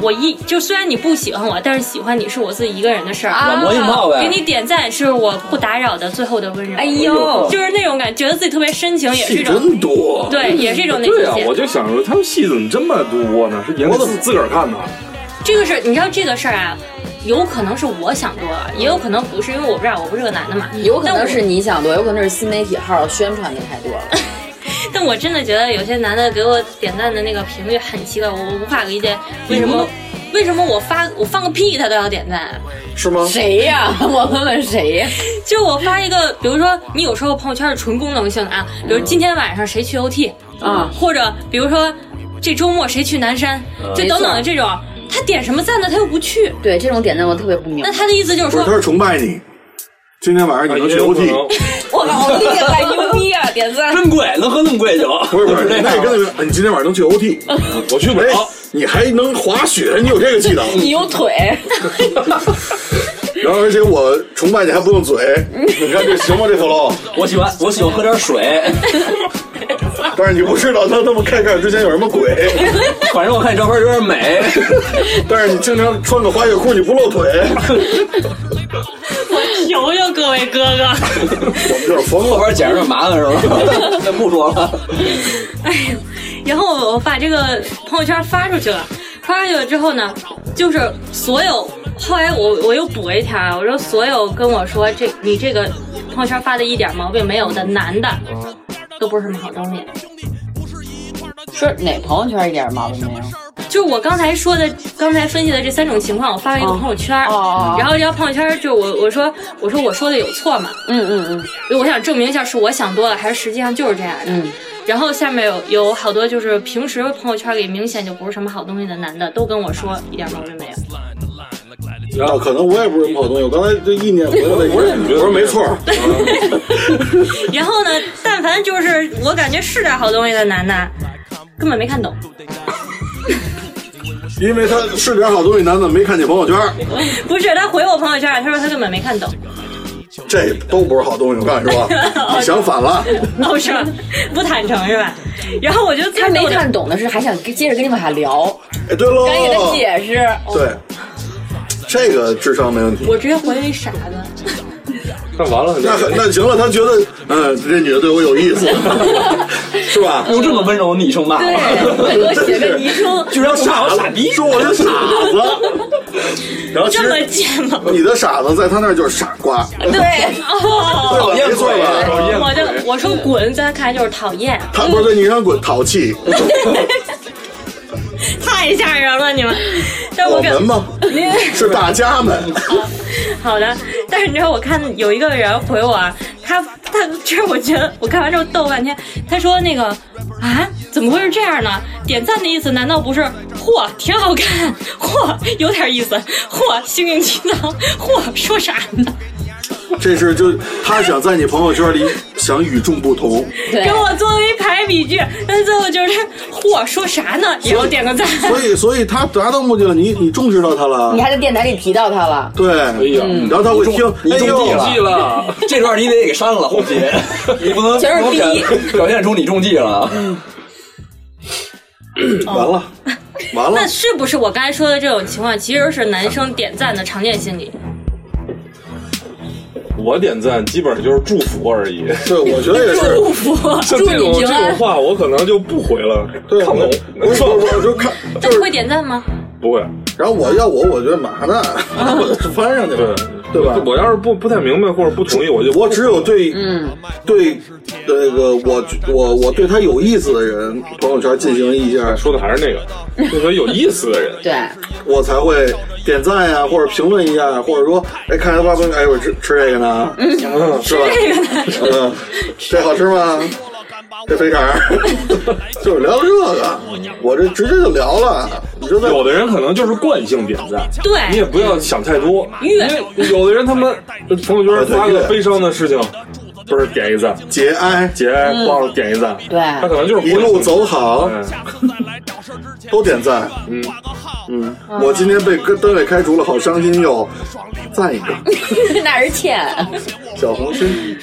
Speaker 3: 我一就虽然你不喜欢我，但是喜欢你是我自己一个人的事儿
Speaker 2: 啊
Speaker 5: 软磨硬泡呗
Speaker 3: 啊给你点赞是我不打扰的最后的温柔。
Speaker 2: 哎呦，
Speaker 3: 就是那种感觉，觉得自己特别深情，也是一
Speaker 6: 戏
Speaker 3: 种
Speaker 6: 真多。
Speaker 3: 对，也是一种内
Speaker 4: 对
Speaker 3: 心
Speaker 4: 呀、
Speaker 3: 戏。
Speaker 4: 我就想说，他们戏怎么这么多呢？是演给自自个儿看的，
Speaker 3: 这个是，你知道这个事儿啊，有可能是我想多了，也有可能不是，因为我不知道，我不是个男的嘛。
Speaker 2: 有可
Speaker 3: 但我
Speaker 2: 能是你想多，有可能是新媒体号宣传的太多 了。
Speaker 3: 但我真的觉得有些男的给我点赞的那个频率很奇怪，我无法理解为什
Speaker 5: 比如
Speaker 3: 么
Speaker 5: 呢。
Speaker 3: 为什么我发我放个屁他都要点赞？
Speaker 6: 是吗？
Speaker 2: 谁呀、 我问问谁呀、
Speaker 3: 就我发一个，比如说你有时候朋友圈是纯功能性的啊，
Speaker 6: 嗯
Speaker 3: 比如今天晚上谁去 OT
Speaker 2: 啊
Speaker 3: 或者比如说这周末谁去南山，
Speaker 6: 嗯
Speaker 3: 就等等的这种，他点什么赞呢？他又不去，
Speaker 2: 对这种点赞我特别不明白
Speaker 3: 那。他的意思就是
Speaker 6: 不
Speaker 3: 说
Speaker 6: 是，他是崇拜你。今天晚上你能
Speaker 4: 啊也
Speaker 6: 去
Speaker 4: 有可
Speaker 6: OT，
Speaker 4: 能。
Speaker 2: 我靠，我第一个来牛逼啊！点 赞，
Speaker 5: 真贵，能喝那么贵酒？
Speaker 6: 不是不是，那跟他说，哎你今天晚上能去 OT，
Speaker 4: 啊我去不
Speaker 6: 哎
Speaker 4: 了，，
Speaker 6: 你还能滑雪，你有这个技能？
Speaker 2: 你有腿，
Speaker 6: 然后而且我崇拜你还不用嘴，你看这行吗？这头龙，
Speaker 5: 我喜欢我喜欢喝点水，
Speaker 6: 但是你不知道他他们开始之前有什么鬼，
Speaker 5: 反正我看你照片有点美，
Speaker 6: 但是你经常穿个花月裤你不露腿，
Speaker 3: 求求各位哥哥，
Speaker 6: 我们就是疯
Speaker 5: 后
Speaker 6: 了。
Speaker 5: 边剪着点麻烦是吧？ 那不说了，
Speaker 3: 哎呦，然后我把这个朋友圈发出去了，发出去了之后呢，就是所有后来我我又补了一条啊，我说所有跟我说这你这个朋友圈发的一点毛病没有的男的，
Speaker 6: 嗯
Speaker 3: 都不是什么好东西。
Speaker 2: 说哪朋友圈一点毛病没有？
Speaker 3: 就是我刚才说的，刚才分析的这三种情况，我发了一个朋友圈，
Speaker 2: 哦哦
Speaker 3: 然后这条朋友圈就我我说我说我说的有错嘛，
Speaker 2: 嗯嗯嗯，
Speaker 3: 因为我想证明一下是我想多了，还是实际上就是这样的。
Speaker 2: 嗯
Speaker 3: 然后下面有有好多就是平时朋友圈里明显就不是什么好东西的男的，都跟我说一点毛病没有。
Speaker 6: 那可能我也不是什么好东西，我刚才这意念回来了一下，我说没错儿，
Speaker 3: 然后呢，但凡就是我感觉是点好东西的男的，根本没看懂，
Speaker 6: 因为他是点好东西，男的没看见朋友圈，
Speaker 3: 不是他回我朋友圈，他说他根本没看懂，
Speaker 6: 这都不是好东西，我告诉你说，你想反了。
Speaker 3: 哦是吧？ 不坦诚是吧？然后我就最
Speaker 2: 他没
Speaker 3: 逗的
Speaker 2: 看懂的是还想接着跟你往下聊，
Speaker 6: 哎，对喽，
Speaker 2: 赶紧给他解释。
Speaker 7: 哦
Speaker 6: 对，这个智商没问题。
Speaker 3: 我直接回了一傻子，
Speaker 4: 那完了，
Speaker 6: 那那行了，他觉得，嗯，这女的对我有意思，是吧？
Speaker 5: 用这么温柔的昵称骂我，
Speaker 2: 对，我写个昵称，
Speaker 5: 居然骂我
Speaker 6: 傻
Speaker 5: 傻逼，
Speaker 6: 说我是傻子。 然后其
Speaker 3: 这么
Speaker 6: 实
Speaker 3: 贱吗？
Speaker 6: 你的傻子在他那儿就是傻瓜，
Speaker 2: 对，
Speaker 3: 哦，
Speaker 6: 对吧？没错吧？
Speaker 4: 嗯
Speaker 3: 我就我说滚，在他看来就是讨厌，
Speaker 6: 他不是对你让滚淘气，
Speaker 3: 太吓人了你们。但
Speaker 6: 我
Speaker 3: 我感
Speaker 6: 们吗？是大家们，
Speaker 3: 好的，但是你知道我看有一个人回我，啊，他他这我觉得我看完之后逗半天，他说那个啊怎么会是这样呢？点赞的意思难道不是嚯挺好看，嚯有点意思，嚯心灵鸡汤，嚯说啥呢？
Speaker 6: 这是就他想在你朋友圈里想与众不同，
Speaker 2: 对
Speaker 3: 给我做了一排比句，但最后就是嚯说啥呢？也要点个赞。
Speaker 6: 所以所以他达到目的了，你你重视到他了
Speaker 2: 你，还在电台里提到他了，
Speaker 6: 对，
Speaker 4: 呀
Speaker 2: 嗯
Speaker 6: 然后他会听，
Speaker 5: 你
Speaker 6: 哎
Speaker 5: 中
Speaker 6: 呦，
Speaker 5: 计 了， 这段你得给删了，红姐，你不能
Speaker 2: 全是嗯逼
Speaker 5: 不能表表现出你中计了。
Speaker 6: 完了，完了
Speaker 3: 那。是不是我刚才说的这种情况，其实是男生点赞的常见心理？
Speaker 4: 我点赞基本上就是祝福而已。
Speaker 6: 对，我觉得也是。
Speaker 4: 像
Speaker 2: 祝
Speaker 4: 这种
Speaker 2: 你
Speaker 4: 这
Speaker 2: 平
Speaker 3: 啊
Speaker 2: 安
Speaker 4: 种话，我可能就不回了，
Speaker 6: 对，啊
Speaker 4: 看不懂，
Speaker 6: 我我
Speaker 4: 算
Speaker 6: 我
Speaker 4: 了，
Speaker 6: 我就看，
Speaker 3: 那你会点赞吗？
Speaker 4: 不会。
Speaker 6: 然后我要我，我觉得嘛呢，我就翻上去
Speaker 4: 对
Speaker 6: 了，对吧？
Speaker 4: 我要是不不太明白或者不同意，我就
Speaker 6: 我只有对，对，这个我我我对他有意思的人，朋友圈进行一下，
Speaker 4: 说的还是那个，就说有意思的人。
Speaker 2: 对，
Speaker 6: 我才会点赞呀，或者评论一下，或者说，哎，看他发朋友，哎，我吃吃这个呢，是吧？嗯，这好吃吗？这肥肠儿，就是聊聊这个，我这直接就聊了，你就在
Speaker 4: 有的人可能就是惯性点赞，
Speaker 3: 对
Speaker 4: 你也不要想太多，因
Speaker 3: 越
Speaker 4: 为有的人他们朋友
Speaker 6: 啊
Speaker 4: 圈发个悲伤的事情，不是点一赞，
Speaker 6: 节哀，
Speaker 4: 姐忘了点一赞，
Speaker 2: 对
Speaker 4: 他可能就是
Speaker 6: 一
Speaker 4: 惯性
Speaker 6: 路走好，
Speaker 4: 嗯
Speaker 6: 都点赞。嗯嗯，我今天被跟单位开除了，好伤心哟！赞一个，
Speaker 2: 那是欠。
Speaker 6: 小红心。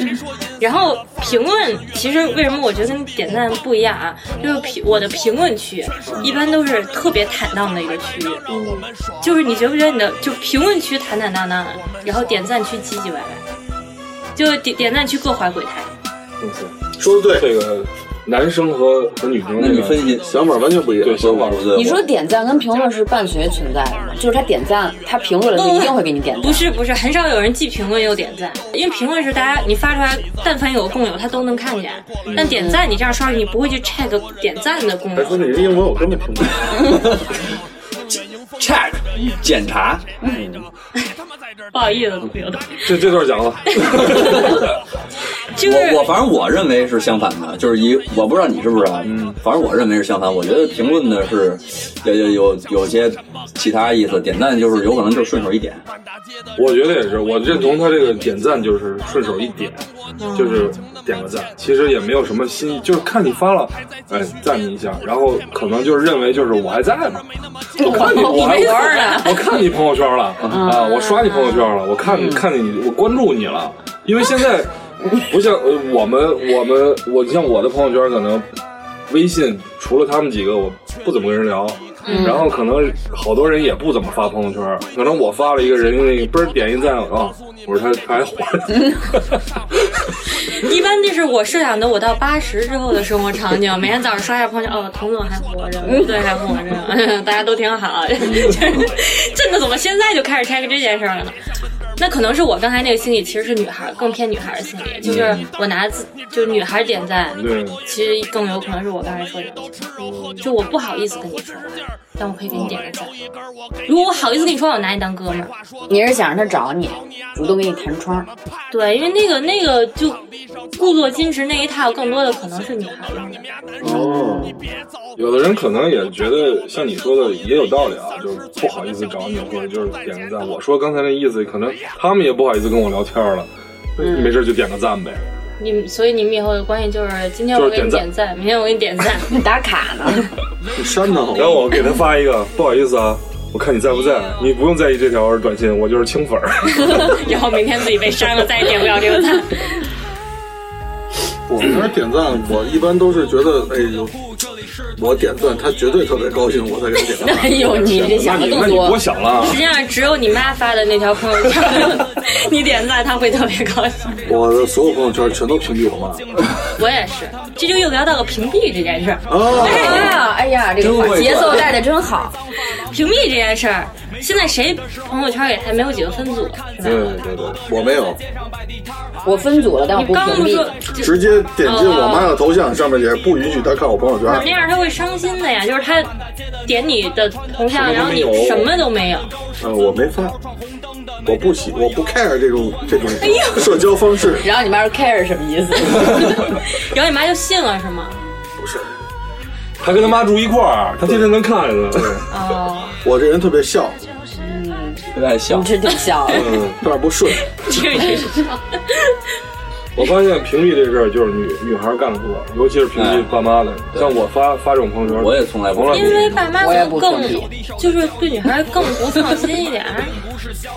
Speaker 3: 然后评论，其实为什么我觉得跟点赞不一样啊？就是评我的评论区一般都是特别坦荡的一个区域，就是你觉不觉得你的就评论区坦坦荡荡的，然后点赞区唧唧歪歪，就点点赞区各怀鬼胎。
Speaker 6: 说的对，
Speaker 4: 嗯这个男生和和女生
Speaker 5: 那
Speaker 4: 这
Speaker 5: 你
Speaker 4: 个
Speaker 5: 分析，
Speaker 6: 想法完全不一样。
Speaker 4: 对想法不一
Speaker 5: 对
Speaker 2: 你说点赞跟评论是伴随存在的吗？就是他点赞，他评论了就一定会给你点赞
Speaker 3: 不。是不是，很少有人既评论又点赞，因为评论是大家你发出来，但凡有共有，他都能看见。但点赞你这样刷，你不会去 check 点赞的共
Speaker 4: 哎
Speaker 6: 还说
Speaker 3: 有。
Speaker 6: 你这英文我根本听不懂。
Speaker 5: check 检查，
Speaker 3: 不好意思，刘导。
Speaker 4: 这这段讲了，
Speaker 3: 就是
Speaker 5: 我我反正我认为是相反的，就是一我不知道你是不是啊，反正我认为是相反。我觉得评论的是有有有有些其他意思，点赞就是有可能就顺手一点，
Speaker 4: 我觉得也是，我认同他这个点赞，就是顺手一点，就是点个赞，其实也没有什么新意，就是看你发了，哎，赞你一下，然后可能就是认为就是我还在呢，我看你我还
Speaker 2: 没活儿呢，
Speaker 4: 我看你朋友圈了啊，我刷你朋友圈了，我看你看你我关注你了，因为现在不像呃我们我们我，你像我的朋友圈可能微信除了他们几个，我不怎么跟人聊。然后可能好多人也不怎么发朋友圈，可能我发了一个人那个嘣儿点一赞啊，我说他他还活着，
Speaker 3: 一般这是我设想的我到八十之后的生活场景，每天早上刷一下朋友圈，哦，童总还活着，对，还活着， 大家都挺好。就是这个怎么现在就开始 tag 这件事儿了呢？那可能是我刚才那个心理其实是女孩儿更偏女孩儿的心理，就是我拿自就是女孩儿点赞，
Speaker 4: 对，
Speaker 3: 其实更有可能是我刚才说的，就我不好意思跟你说话，但我可以给你点个赞。如果我好意思跟你说话，我拿你当哥们儿。
Speaker 2: 你是想让他找你，主动给你弹窗，
Speaker 3: 对，因为那个那个就故作矜持那一套，更多的可能是女孩子的。
Speaker 6: 哦，
Speaker 4: 有的人可能也觉得像你说的也有道理啊，就是不好意思找你，或者就是点个赞。我说刚才那意思，可能他们也不好意思跟我聊天了，没事就点个赞呗。
Speaker 3: 你所以你们以后的关系就是，今天我给你
Speaker 4: 就是点
Speaker 3: 点赞，明天我给你点赞。
Speaker 2: 打卡呢。
Speaker 6: 你删的好
Speaker 4: 然后我给他发一个，不好意思啊，我看你在不在，你不用在意这条短信，我就是清粉儿。
Speaker 3: 然后明天自己被删了，再也点不了这个赞。
Speaker 6: 我们那儿点赞，我一般都是觉得，哎呦，我点赞，他绝对特别高兴，我才给他点赞。
Speaker 2: 哎呦， 你这
Speaker 4: 那
Speaker 2: 想的
Speaker 4: 你
Speaker 2: 更
Speaker 4: 那你多
Speaker 2: 多。
Speaker 4: 想了，
Speaker 3: 实际上，只有你妈发的那条朋友圈，你点赞，她会特别高兴。
Speaker 6: 我的所有朋友圈全都屏蔽我 妈。
Speaker 3: 我也是，这就又聊到了屏蔽这件事儿。
Speaker 2: 哎
Speaker 6: 啊，
Speaker 2: 呀，哎呀，这个话节奏带的真好。
Speaker 3: 屏蔽这件事儿，现在谁朋友圈也还没有几个分组，是
Speaker 4: 对
Speaker 3: 吧？
Speaker 4: 对对，
Speaker 6: 啊我没有，
Speaker 2: 我分组了，但我
Speaker 3: 你
Speaker 2: 不
Speaker 3: 刚
Speaker 2: 屏
Speaker 3: 不说
Speaker 2: 蔽。
Speaker 3: 就
Speaker 6: 直接点进我妈的头像，上面也不允许她看我朋友
Speaker 3: 哦那
Speaker 6: 圈。
Speaker 3: 样他会伤心的呀，就是他点你的头像，然后你什么都没有。
Speaker 6: 呃，我没发，我不喜，我不 care 这种这种社交方式。
Speaker 2: 然后你妈说 care 是什么意思？
Speaker 3: 然后你妈就信了是吗？
Speaker 6: 不是，
Speaker 4: 他跟他妈住一块儿，他天天能看着呢。
Speaker 3: 哦，
Speaker 6: 我这人特别孝，
Speaker 5: 特别爱笑
Speaker 2: 你。是挺笑的。
Speaker 6: 嗯，有点不顺。
Speaker 3: 这个
Speaker 4: 我发现屏蔽这事儿就是女女孩干的多，尤其是屏蔽爸妈的。
Speaker 5: 哎对
Speaker 4: 像我发发这种朋友圈，
Speaker 5: 我也从来不
Speaker 4: 从来
Speaker 3: 因为爸妈
Speaker 2: 我也
Speaker 3: 会
Speaker 2: 不
Speaker 3: 更
Speaker 2: 同
Speaker 3: 就是对女孩更不放心一点儿。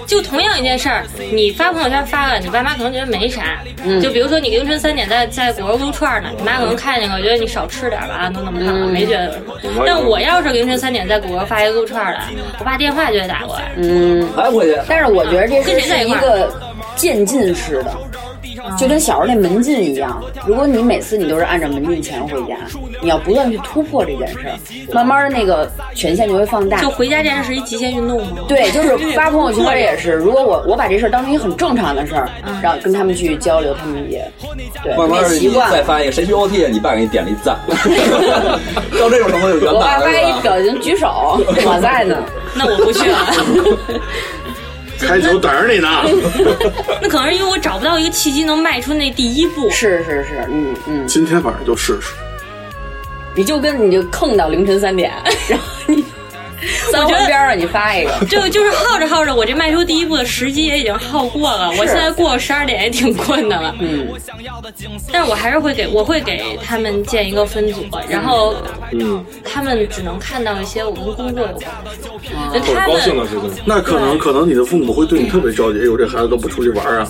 Speaker 3: 就同样一件事儿，你发朋友圈发了，你爸妈可能觉得没啥。
Speaker 2: 嗯
Speaker 3: 就比如说你凌晨三点在在鼓楼撸串儿呢，你妈可能看见了，觉得你少吃点儿吧，都那么
Speaker 2: 嗯
Speaker 3: 胖了，没觉得有什么。但我要是凌晨三点在鼓楼发一个撸串儿的，我爸电话就得打过来。
Speaker 2: 嗯
Speaker 5: 哎，我也
Speaker 2: 但是我觉得这事是一啊个渐进式的，就跟小时候那门禁一样。如果你每次你都是按照门禁前回家，你要不断去突破这件事儿，慢慢的那个权限就会放大
Speaker 3: 就。回家这件事是一极限运动吗？
Speaker 2: 对，就是发朋友圈也是。如果我我把这事儿当成一个很正常的事儿，然后跟他们去交流，他们也对
Speaker 5: 慢慢
Speaker 2: 也
Speaker 5: 儿
Speaker 2: 习
Speaker 5: 你
Speaker 2: 惯
Speaker 5: 再
Speaker 2: 了。
Speaker 5: 发一个谁去 OT，你爸给你点了一 赞，到这种程度就圆
Speaker 2: 我爸
Speaker 5: 满了
Speaker 2: 发一
Speaker 5: 是吧？
Speaker 2: 表情举手，我在呢。
Speaker 3: 那我不去了。
Speaker 6: 开球等着你呢。
Speaker 3: 那可能是因为我找不到一个契机能迈出那第一步。
Speaker 2: 是是是，嗯嗯，
Speaker 6: 今天晚上就试试。
Speaker 2: 你就跟你就坑到凌晨三点，然后你三环边儿上你发一个，
Speaker 3: 这个就是耗着耗着，我这迈出第一步的时机也已经耗过了。我现在过十二点也挺困的了。
Speaker 2: 嗯。
Speaker 3: 但是我还是会给，我会给他们建一个分组，然后，嗯，他们只能看到一些我跟工作有关的事情。那
Speaker 4: 或者
Speaker 3: 他
Speaker 4: 高兴的
Speaker 3: 们
Speaker 4: 事情。
Speaker 6: 那可能可能你的父母会对你特别着急，哎呦，这孩子都不出去玩啊！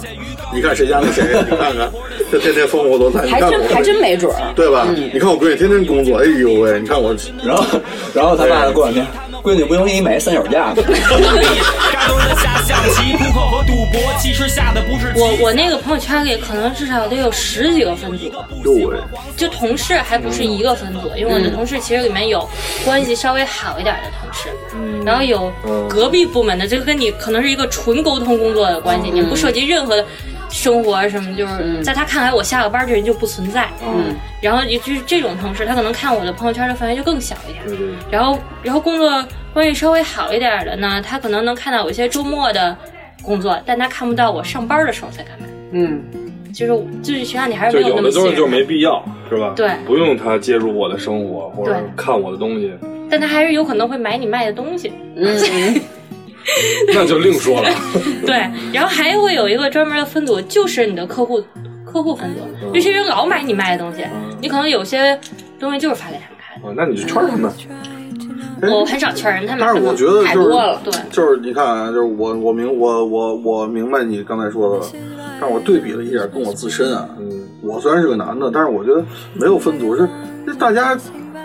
Speaker 6: 你看谁家那谁，你看看，这天天风火轮在，你
Speaker 2: 还
Speaker 6: 看
Speaker 2: 真
Speaker 6: 我，
Speaker 2: 还真没嗯准儿。
Speaker 6: 对吧？你看我闺女天天工作，哎呦喂，你看我，
Speaker 5: 然后，然后他爸过两天，闺女不用给你买一三脚架吗？
Speaker 8: 扎堆的下象棋，扑克和赌博，其实下的不是棋
Speaker 3: 我我那个朋友圈里可能至少得有十几个分组，
Speaker 6: 呦喂，
Speaker 3: 就同事还不是一个分组，因为我的同事其实里面有关系稍微好一点的同事，
Speaker 4: 嗯
Speaker 3: 然后有隔壁部门的，就跟你可能是一个纯沟通工作的关系，你不涉及任何的生活啊什么，就是在他看来我下了班这人就不存在。嗯，然后也就是这种同事，他可能看我的朋友圈的范围就更小一点。
Speaker 4: 对
Speaker 3: 然后然后工作关系稍微好一点的呢，他可能能看到有一些周末的工作，但他看不到我上班的时候在干嘛。
Speaker 2: 嗯，
Speaker 3: 就是就是学校里还是
Speaker 4: 就
Speaker 3: 哎没有
Speaker 4: 有
Speaker 3: 那
Speaker 4: 的
Speaker 3: 么
Speaker 4: 东
Speaker 3: 信
Speaker 4: 西就
Speaker 3: 任
Speaker 4: 没必要，是吧？
Speaker 3: 对
Speaker 4: 不用他介入我的生活或者
Speaker 3: 对
Speaker 4: 看我的 东西，
Speaker 3: 但他还是有可能会买你卖的东西。
Speaker 2: 嗯，
Speaker 4: 那就另说了。
Speaker 3: 对，然后还会有一个专门的分组，就是你的客户客户分
Speaker 6: 哎
Speaker 3: 组，这些人老买你卖的东西，你可能有些东西就是发给他们看
Speaker 4: 啊那你就圈他们，
Speaker 3: 的。我很少劝人他们
Speaker 6: 但
Speaker 3: 看
Speaker 6: 是
Speaker 3: 的，
Speaker 6: 我觉得
Speaker 2: 太
Speaker 6: 就
Speaker 2: 多
Speaker 6: 是
Speaker 2: 了
Speaker 3: 对
Speaker 6: 哎就是你看啊，就是我我明我我我明白你刚才说的，但我对比了一下跟我自身啊，
Speaker 4: 嗯
Speaker 6: 我虽然是个男的，但是我觉得没有分组，这这大家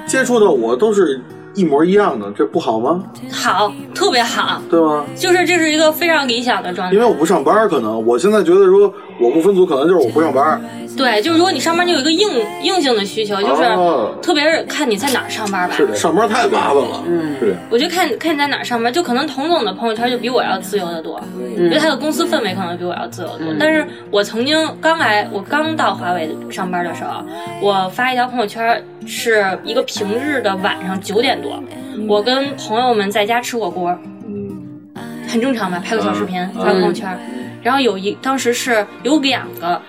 Speaker 6: 接触到我都是一模一样的，这不好吗？
Speaker 3: 好，特别好，
Speaker 6: 对吗？
Speaker 3: 就是这是一个非常理想的状态
Speaker 6: 因为。我不上班，可能我现在觉得说我不分组，可能就是我不上班。
Speaker 3: 对，就是如果你上班就有一个硬硬性的需求，嗯就是
Speaker 6: 哦
Speaker 3: 特别是看你在哪儿上班吧。
Speaker 6: 上班太麻烦了，
Speaker 5: 嗯
Speaker 4: 是
Speaker 3: 我就看看你在哪儿上班，就可能童总的朋友圈就比我要自由的多，因为他的公司氛围可能比我要自由得多。但是我曾经刚来，我刚到华为上班的时候，我发一条朋友圈是一个平日的晚上九点多，我跟朋友们在家吃火锅，
Speaker 4: 嗯
Speaker 3: 很正常吧，拍个小视频，发个朋友圈。然后有一当时是有两个。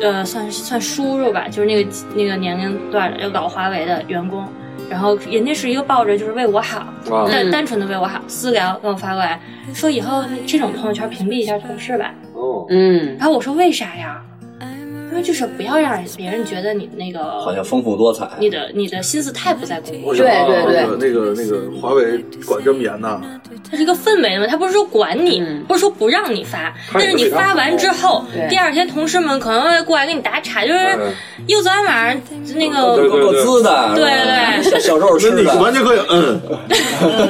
Speaker 3: 呃，算算叔叔吧，就是那个那个年龄段的，就老华为的员工，然后人家是一个抱着就是为我好，
Speaker 4: 啊
Speaker 3: 单
Speaker 2: 嗯
Speaker 3: 单纯的为我好，私聊跟我发过来说以后这种朋友圈屏蔽一下同事吧。
Speaker 4: 哦，
Speaker 2: 嗯，
Speaker 3: 然后我说为啥呀？他说就是不要让别人觉得你那
Speaker 5: 好
Speaker 3: 个
Speaker 5: 像丰富多彩。
Speaker 3: 你的你的心思太不在工
Speaker 6: 我
Speaker 3: 作，
Speaker 6: 想到
Speaker 2: 对对
Speaker 6: 那个那个那个华为管这么严呐，
Speaker 3: 它是一个氛围嘛，他不是说管你，不是说不让你发，但是你发完之后，
Speaker 2: 嗯对
Speaker 3: 第二天同事们可能会过来给你打岔，就是
Speaker 4: 嗯
Speaker 3: 又昨天晚上那
Speaker 4: 对
Speaker 3: 个
Speaker 5: 各滋的，
Speaker 3: 对
Speaker 5: 是吧
Speaker 3: 对
Speaker 5: 小小时候
Speaker 6: 那
Speaker 5: 吃
Speaker 6: 你
Speaker 5: 的，
Speaker 6: 完全可以，嗯，
Speaker 3: 觉
Speaker 6: 怎么了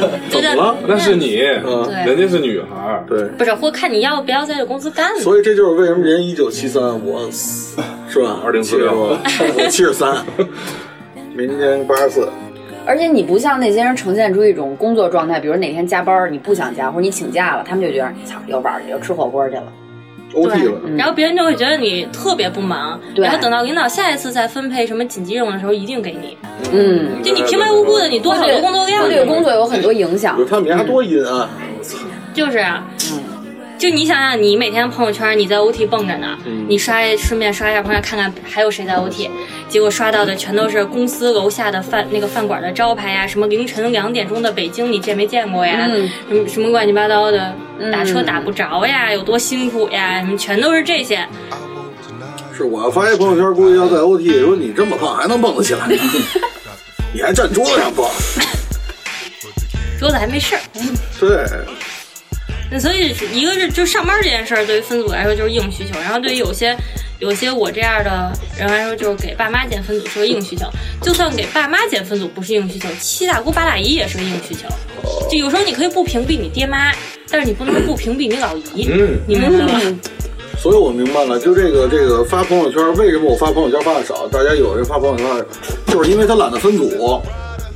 Speaker 3: 得
Speaker 4: 啊那是你，
Speaker 3: 对
Speaker 4: 人家是女孩儿，
Speaker 6: 对。
Speaker 3: 不是或看你要不要在这公司干了。
Speaker 6: 所以这就是为什么人一九七三，我是吧？
Speaker 4: 2046
Speaker 6: 我七十三，明年八十四，
Speaker 2: 而且你不像那些人呈现出一种工作状态，比如哪天加班儿你不想加，或者你请假了，他们就觉得你操又玩儿去，又吃火锅去了。
Speaker 6: OT
Speaker 5: 嗯
Speaker 6: 了。
Speaker 3: 然后别人就会觉得你特别不忙，
Speaker 2: 对
Speaker 3: 然后等到领导下一次再分配什么紧急任务的时候，一定给你。
Speaker 2: 嗯，
Speaker 3: 就你平白无故的，你多好多工作量
Speaker 2: 对
Speaker 3: 啊，
Speaker 2: 工作有很多影响
Speaker 6: 有。他们家多阴暗，
Speaker 3: 就是啊。
Speaker 2: 嗯
Speaker 3: 就你想想，你每天朋友圈你在 OT 蹦着呢，你刷顺便刷一下朋友圈，看看还有谁在 OT，结果刷到的全都是公司楼下的饭那个饭馆的招牌呀，什么凌晨两点钟的北京你见没见过呀，
Speaker 2: 嗯
Speaker 3: 什么什么乱七八糟的，打车打不着呀，有多辛苦呀，什么全都是这些。
Speaker 6: 是我要发一朋友圈，估计要在 OT 说你这么胖还能蹦得起 来，你还站桌子上蹦，
Speaker 3: 桌子还没事儿，
Speaker 6: 对，
Speaker 3: 那所以一个是就上班这件事儿，对于分组来说就是硬需求，然后对于有些有些我这样的人来说，就是给爸妈建分组是个硬需求。就算给爸妈建分组不是硬需求，七大姑八大姨也是个硬需求。就有时候你可以不屏蔽你爹妈，但是你不能不屏蔽你老姨，
Speaker 4: 嗯，
Speaker 3: 你明白吗？
Speaker 6: 所以我明白了，就这个这个发朋友圈，为什么我发朋友圈发的少？大家有人发朋友圈，就是因为他懒得分组，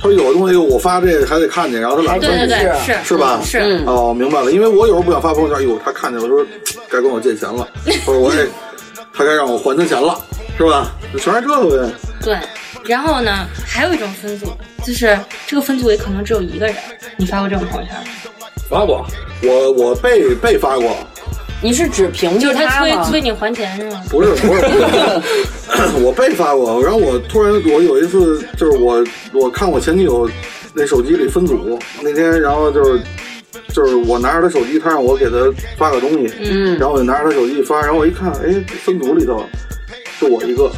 Speaker 6: 他说有的东西我发这个还得看见，然后他懒得
Speaker 3: 对
Speaker 6: 分
Speaker 3: 对
Speaker 6: 组。
Speaker 3: 对，是
Speaker 6: 是吧？
Speaker 3: 是
Speaker 2: 嗯
Speaker 6: 哦，明白了，因为我有时候不想发朋友圈，哟，哎他看见我说该管我借钱了， 或者我这他该让我还他钱了，是吧？就全是这个呗。
Speaker 3: 对，然后呢，还有一种分组，就是这个分组也可能只有一个人。你发过这种朋友圈吗？
Speaker 4: 发过，
Speaker 6: 我我被被发过，
Speaker 2: 你是指屏
Speaker 3: 就
Speaker 2: 蔽
Speaker 3: 是他催
Speaker 2: 吗？
Speaker 3: 催你还钱是吗？
Speaker 6: 不是不是，不是 我被发过，然后我突然我有一次就是我我看我前女友那手机里分组那天，然后就是。就是我拿着她手机，她让我给她发个东西，嗯，然后我就拿着她手机发，然后我一看，哎，分组里头就我一个，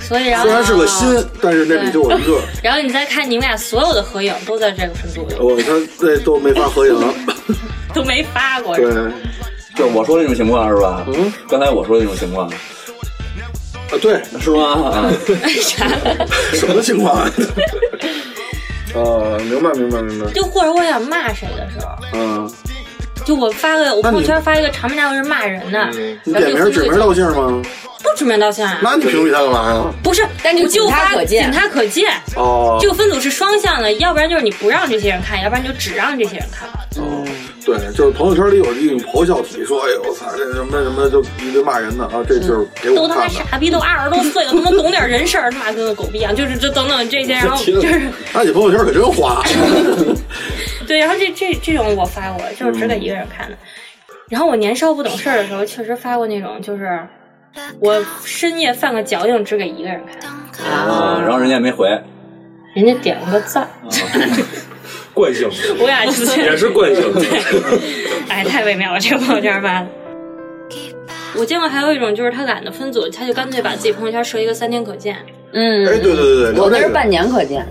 Speaker 3: 所以然后
Speaker 6: 虽然是个心，但是那里就我一个。
Speaker 3: 然后你再看你们俩所有的合影都在这个分组里，
Speaker 6: 我他这都没法合影，
Speaker 3: 都没发过。
Speaker 6: 对，啊
Speaker 5: 就是我说那种情况是吧？嗯，刚才我说那种情况
Speaker 6: 对，
Speaker 5: 是 吗？啊，
Speaker 6: 什么情 况啊？啊，明白明白明白，
Speaker 3: 就或者我想骂谁的时候，
Speaker 6: 嗯，
Speaker 3: 就我发个我
Speaker 6: 那你嗯
Speaker 3: 朋友圈发一个长篇大论是骂人的，
Speaker 6: 你
Speaker 3: 然后这
Speaker 6: 点名
Speaker 3: 个
Speaker 6: 指
Speaker 3: 分
Speaker 6: 名
Speaker 3: 组就
Speaker 6: 道姓吗？
Speaker 3: 不指名道姓啊，
Speaker 6: 那你屏蔽他干嘛呀？
Speaker 3: 不是，
Speaker 2: 但就
Speaker 3: 我就
Speaker 2: 仅他
Speaker 3: 发
Speaker 2: 可见
Speaker 3: 仅他可见。
Speaker 6: 哦
Speaker 3: 这，个分组是双向的，要不然就是你不让这些人看，要不然就只让这些人看。
Speaker 6: 对，就是朋友圈里有一种咆哮体，说哎呦我操，这什么什么就一堆骂人的啊，这就是给
Speaker 3: 都
Speaker 6: 我
Speaker 3: 他妈
Speaker 6: 看的。
Speaker 3: 傻逼，都二十多岁了，他妈懂点人事儿，他妈跟个狗逼一样，就是这等等这些，然后就是
Speaker 6: 那你朋友圈可真 花，哎
Speaker 3: 对，然后这这这种我发过，就是只给一个人看的。然后我年少不懂事儿的时候，确实发过那种，就是我深夜犯个矫情，只给一个人看，
Speaker 5: 啊，然后人家也没回，
Speaker 3: 人家点了个赞，
Speaker 4: 惯性
Speaker 3: 我俩之
Speaker 4: 也
Speaker 3: 间，
Speaker 4: 是惯性，
Speaker 3: 哎，太微妙了，这个朋友圈发的。我见过还有一种就是他懒得分组，他就干脆把自己朋友圈设一个三天可见，
Speaker 2: 嗯，
Speaker 6: 哎，对对对对，聊
Speaker 2: 我那
Speaker 6: 这
Speaker 2: 是
Speaker 6: 个
Speaker 2: 半，年可见，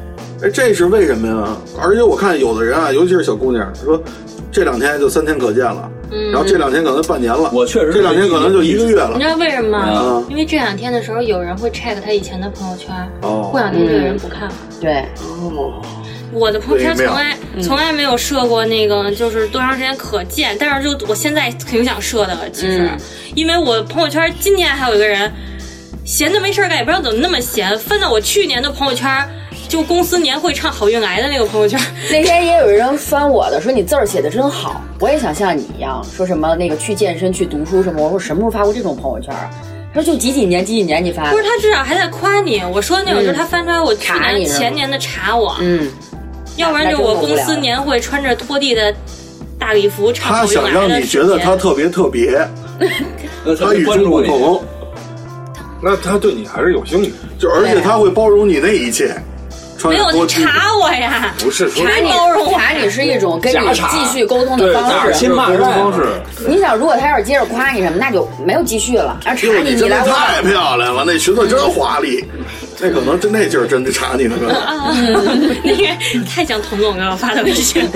Speaker 6: 哎，这是为什么呀？而且我看有的人啊，尤其是小姑娘，说这两天就三天可见了，
Speaker 3: 嗯
Speaker 6: 然后这两天可能半年了，
Speaker 5: 我确实是
Speaker 6: 这两天可能就一个月了
Speaker 3: 你知，道为什么吗
Speaker 6: 嗯？
Speaker 3: 因为这两天的时候，有人会 check 他以前的朋友圈，
Speaker 6: 哦
Speaker 3: 过两天这个人不看了。
Speaker 2: 对，
Speaker 3: 我的朋友圈从来
Speaker 2: 嗯
Speaker 3: 从来没有设过那个，就是多长时间可见，但是就我现在挺想设的，其实，
Speaker 2: 嗯
Speaker 3: 因为我朋友圈今天还有一个人闲的没事儿干，也不知道怎么那么闲，翻到我去年的朋友圈，就公司年会唱《好运来》的那个朋友圈，
Speaker 2: 那天也有人翻我的，说你字儿写的真好，我也想像你一样，说什么那个去健身、去读书什么。我说什么时候发过这种朋友圈？啊他说就几几年、几几年你发
Speaker 3: 不。是他至少还在夸你。我说的那种就是他翻出来我去
Speaker 2: 哎嗯查你
Speaker 3: 年
Speaker 2: 是吗
Speaker 3: 前年的查我，
Speaker 2: 嗯，
Speaker 3: 要不然就我公司年会穿着拖地的大礼服唱《
Speaker 6: 他
Speaker 3: 好运来
Speaker 6: 想》让
Speaker 3: 的
Speaker 6: 你觉得他特别特别，
Speaker 5: 那
Speaker 6: 他与
Speaker 5: 呃关
Speaker 6: 众
Speaker 5: 注
Speaker 6: 不
Speaker 5: 你，
Speaker 6: 同，
Speaker 4: 那他对你还是有兴趣。
Speaker 6: 就而且他会包容你那一切，穿
Speaker 3: 没
Speaker 6: 着
Speaker 3: 有
Speaker 6: 拖
Speaker 3: 他
Speaker 6: 鞋
Speaker 3: 查我呀，
Speaker 4: 不是说
Speaker 3: 查你包容我
Speaker 2: 查你是一种跟你
Speaker 5: 假查
Speaker 2: 继续沟通的
Speaker 4: 对
Speaker 2: 方
Speaker 4: 是
Speaker 2: 式。
Speaker 5: 亲骂
Speaker 4: 沟通
Speaker 5: 战
Speaker 4: 方式，
Speaker 2: 你想，如果他要是接着夸你什么，那就没有继续了。然后查
Speaker 6: 哟，
Speaker 2: 你，
Speaker 6: 你
Speaker 2: 你
Speaker 6: 真的
Speaker 2: 来我
Speaker 6: 太漂亮了，那裙子真华丽，那可能真那劲儿真的查你呢，可能。
Speaker 3: 啊，那 个太像童总给我发的微信了。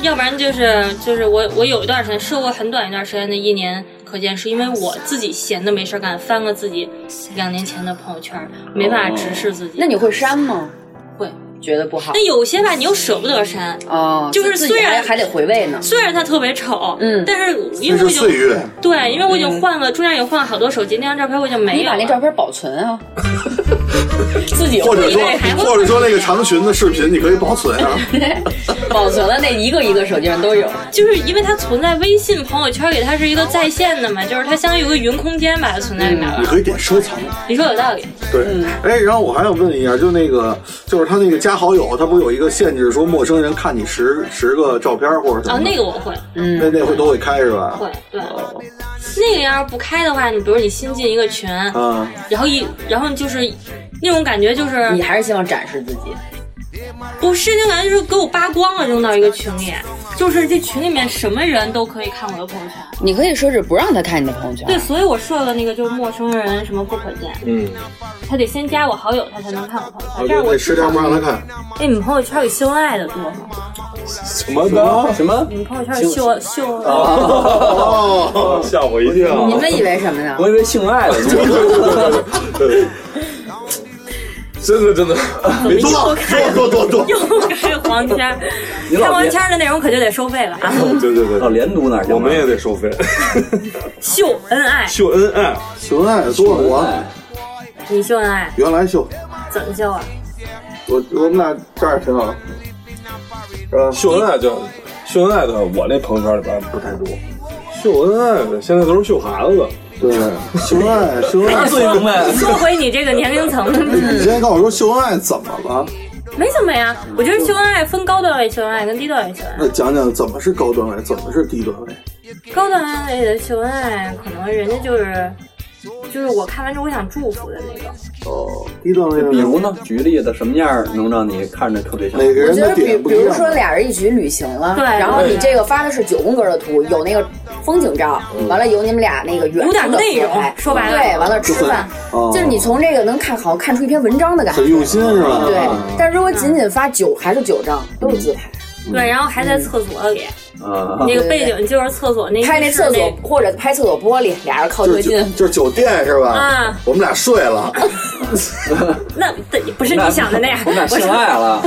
Speaker 3: 要不然就是就是我我有一段时间设过很短一段时间的一年可见，是因为我自己闲的没事儿干，翻了自己两年前的朋友圈，没办法直视自己。
Speaker 2: 那你会删吗？
Speaker 3: 会？
Speaker 2: 觉得不好
Speaker 3: 那。有些吧，你又舍不得删。
Speaker 2: 哦，
Speaker 3: 哎就是
Speaker 2: 自己
Speaker 3: 虽然
Speaker 2: 还还得回味呢。
Speaker 3: 虽然它特别丑，
Speaker 2: 嗯
Speaker 3: 但是因
Speaker 6: 那
Speaker 3: 为我
Speaker 6: 是
Speaker 3: 已
Speaker 6: 岁
Speaker 3: 经
Speaker 6: 月，
Speaker 3: 对，因为我已经换了，中间已经换了好多手机，那张照片我已经
Speaker 2: 你
Speaker 3: 没有
Speaker 2: 把
Speaker 3: 了。
Speaker 2: 那照片保存 啊，自己
Speaker 6: 或
Speaker 3: 我
Speaker 6: 者说
Speaker 3: 以为还会
Speaker 6: 或者说那个长裙的视频，你可以保存啊。
Speaker 2: 保存了那一个一个手机上都有。
Speaker 3: 就是因为它存在微信朋友圈里，它是一个在线的嘛，就是它相当于有个云空间把它存在里面
Speaker 6: 你
Speaker 3: 了。
Speaker 6: 可以点收藏，
Speaker 3: 你说有道理。
Speaker 6: 对，哎，然后我还想问一下，就那个，就是他那个加好友，他不是有一个限制，说陌生人看你十十个照片或者什
Speaker 3: 啊，
Speaker 5: 嗯
Speaker 6: 么的，
Speaker 3: 那个我会
Speaker 6: 那那会都会开是吧？
Speaker 3: 会，对，
Speaker 5: 哦
Speaker 3: 那个要是不开的话，你比如你新进一个群，
Speaker 5: 嗯
Speaker 6: 啊，
Speaker 3: 然后一然后就是那种感觉就是
Speaker 2: 你还是希望展示自己。
Speaker 3: 不是那种感觉就是给我扒光了扔到一个群里，就是这群里面什么人都可以看我的朋友圈。
Speaker 2: 你可以设置不让他看你的朋友圈。
Speaker 3: 对，
Speaker 5: 嗯
Speaker 3: 所以我设了那个就是陌生人什么不可见，
Speaker 4: 嗯，
Speaker 3: 他得先加我好友，他才能看我朋友
Speaker 6: 我
Speaker 5: 哦
Speaker 3: 圈。这
Speaker 6: 觉
Speaker 3: 样
Speaker 6: 得
Speaker 3: 我
Speaker 6: 那十条不让他看，
Speaker 3: 哎，你们朋友圈里秀恩爱的多吗？
Speaker 4: 什么的？
Speaker 5: 啊什么？啊
Speaker 3: 你们朋友圈里秀秀恩爱
Speaker 6: 哦，
Speaker 4: 吓我一跳！
Speaker 2: 你们以为什么呢？
Speaker 5: 我以为性爱的呢，
Speaker 4: 真的真 的，
Speaker 6: 多多多多多，
Speaker 3: 又开黄腔儿，
Speaker 5: 你
Speaker 3: 开
Speaker 5: 老
Speaker 3: 黄
Speaker 5: 别
Speaker 3: 腔儿的内容可就得收费了啊！
Speaker 4: 对对对
Speaker 5: 到，连读哪儿去了？啊
Speaker 4: 我们也得收费。
Speaker 3: 秀恩爱，
Speaker 4: 秀恩爱，
Speaker 6: 秀恩爱多我
Speaker 5: 哎
Speaker 3: 你秀恩爱
Speaker 6: 原来秀，
Speaker 3: 怎么秀啊？
Speaker 6: 我我们俩这儿挺好，
Speaker 4: 秀恩爱就秀恩爱的，我那朋友圈里边不太多。秀恩爱的，现在都是秀孩子。
Speaker 6: 对，秀恩爱秀恩爱
Speaker 5: 自己明白。
Speaker 3: 说回你这个年龄层，
Speaker 6: 你先告诉我说秀恩爱怎么了？
Speaker 3: 没怎么呀。我觉得秀恩爱分高段位秀恩爱跟低段位秀恩
Speaker 6: 那讲讲怎么是高段位，怎么是低段位？
Speaker 3: 爱。高段位的秀恩爱，可能人家就是就是我看完之后我想祝福的那种。
Speaker 6: 哦，低段位是
Speaker 5: 比如呢？举个例子，什么样儿能让你看着特别像？
Speaker 6: 每个
Speaker 2: 我
Speaker 6: 人
Speaker 2: 觉
Speaker 6: 的
Speaker 2: 得比
Speaker 6: 点不
Speaker 2: 比
Speaker 6: 一样。
Speaker 2: 如说俩人一起旅行了，
Speaker 3: 对
Speaker 2: 然后
Speaker 3: 对
Speaker 2: 你这个发的是九宫格的图，有那个风景照，
Speaker 6: 嗯
Speaker 2: 完了有你们俩那个远
Speaker 3: 有点
Speaker 2: 处的
Speaker 3: 内容
Speaker 2: 合拍
Speaker 3: 说白了
Speaker 2: 对，完了吃饭，
Speaker 6: 哦
Speaker 2: 就是你从这个能看好看出一篇文章的感觉
Speaker 6: 很，用心是吧？
Speaker 2: 对。但如果仅仅发九还是九张，都是自拍，
Speaker 3: 对，然后还在厕所里，
Speaker 5: 啊，
Speaker 3: 那个
Speaker 2: 对
Speaker 3: 背
Speaker 2: 对
Speaker 3: 景哎就是厕所那
Speaker 2: 拍
Speaker 3: 浴
Speaker 2: 那
Speaker 3: 室
Speaker 2: 厕所或者拍厕所玻璃，俩人靠
Speaker 6: 就
Speaker 2: 特
Speaker 6: 是酒
Speaker 2: 近，
Speaker 6: 就是酒店是吧？
Speaker 3: 啊
Speaker 6: 我们俩睡了，
Speaker 3: 那对不是你想的那样。
Speaker 5: 我们俩
Speaker 3: 我
Speaker 5: 性爱 了，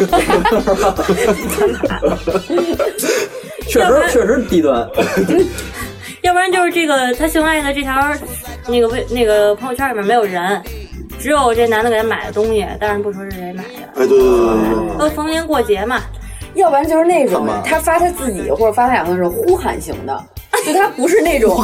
Speaker 5: 确实确实低端，
Speaker 3: 要不然就是这个他秀恩爱的这条那个微那个朋友圈里面没有人，只有这男的给他买的东西，当然不说是谁买的，
Speaker 6: 哎，对对对对
Speaker 3: 都逢年过节嘛，
Speaker 2: 要不然就是那种
Speaker 6: 干嘛
Speaker 2: 他发他自己或者发他俩朋友是呼喊型的，就他不是那种
Speaker 6: 呼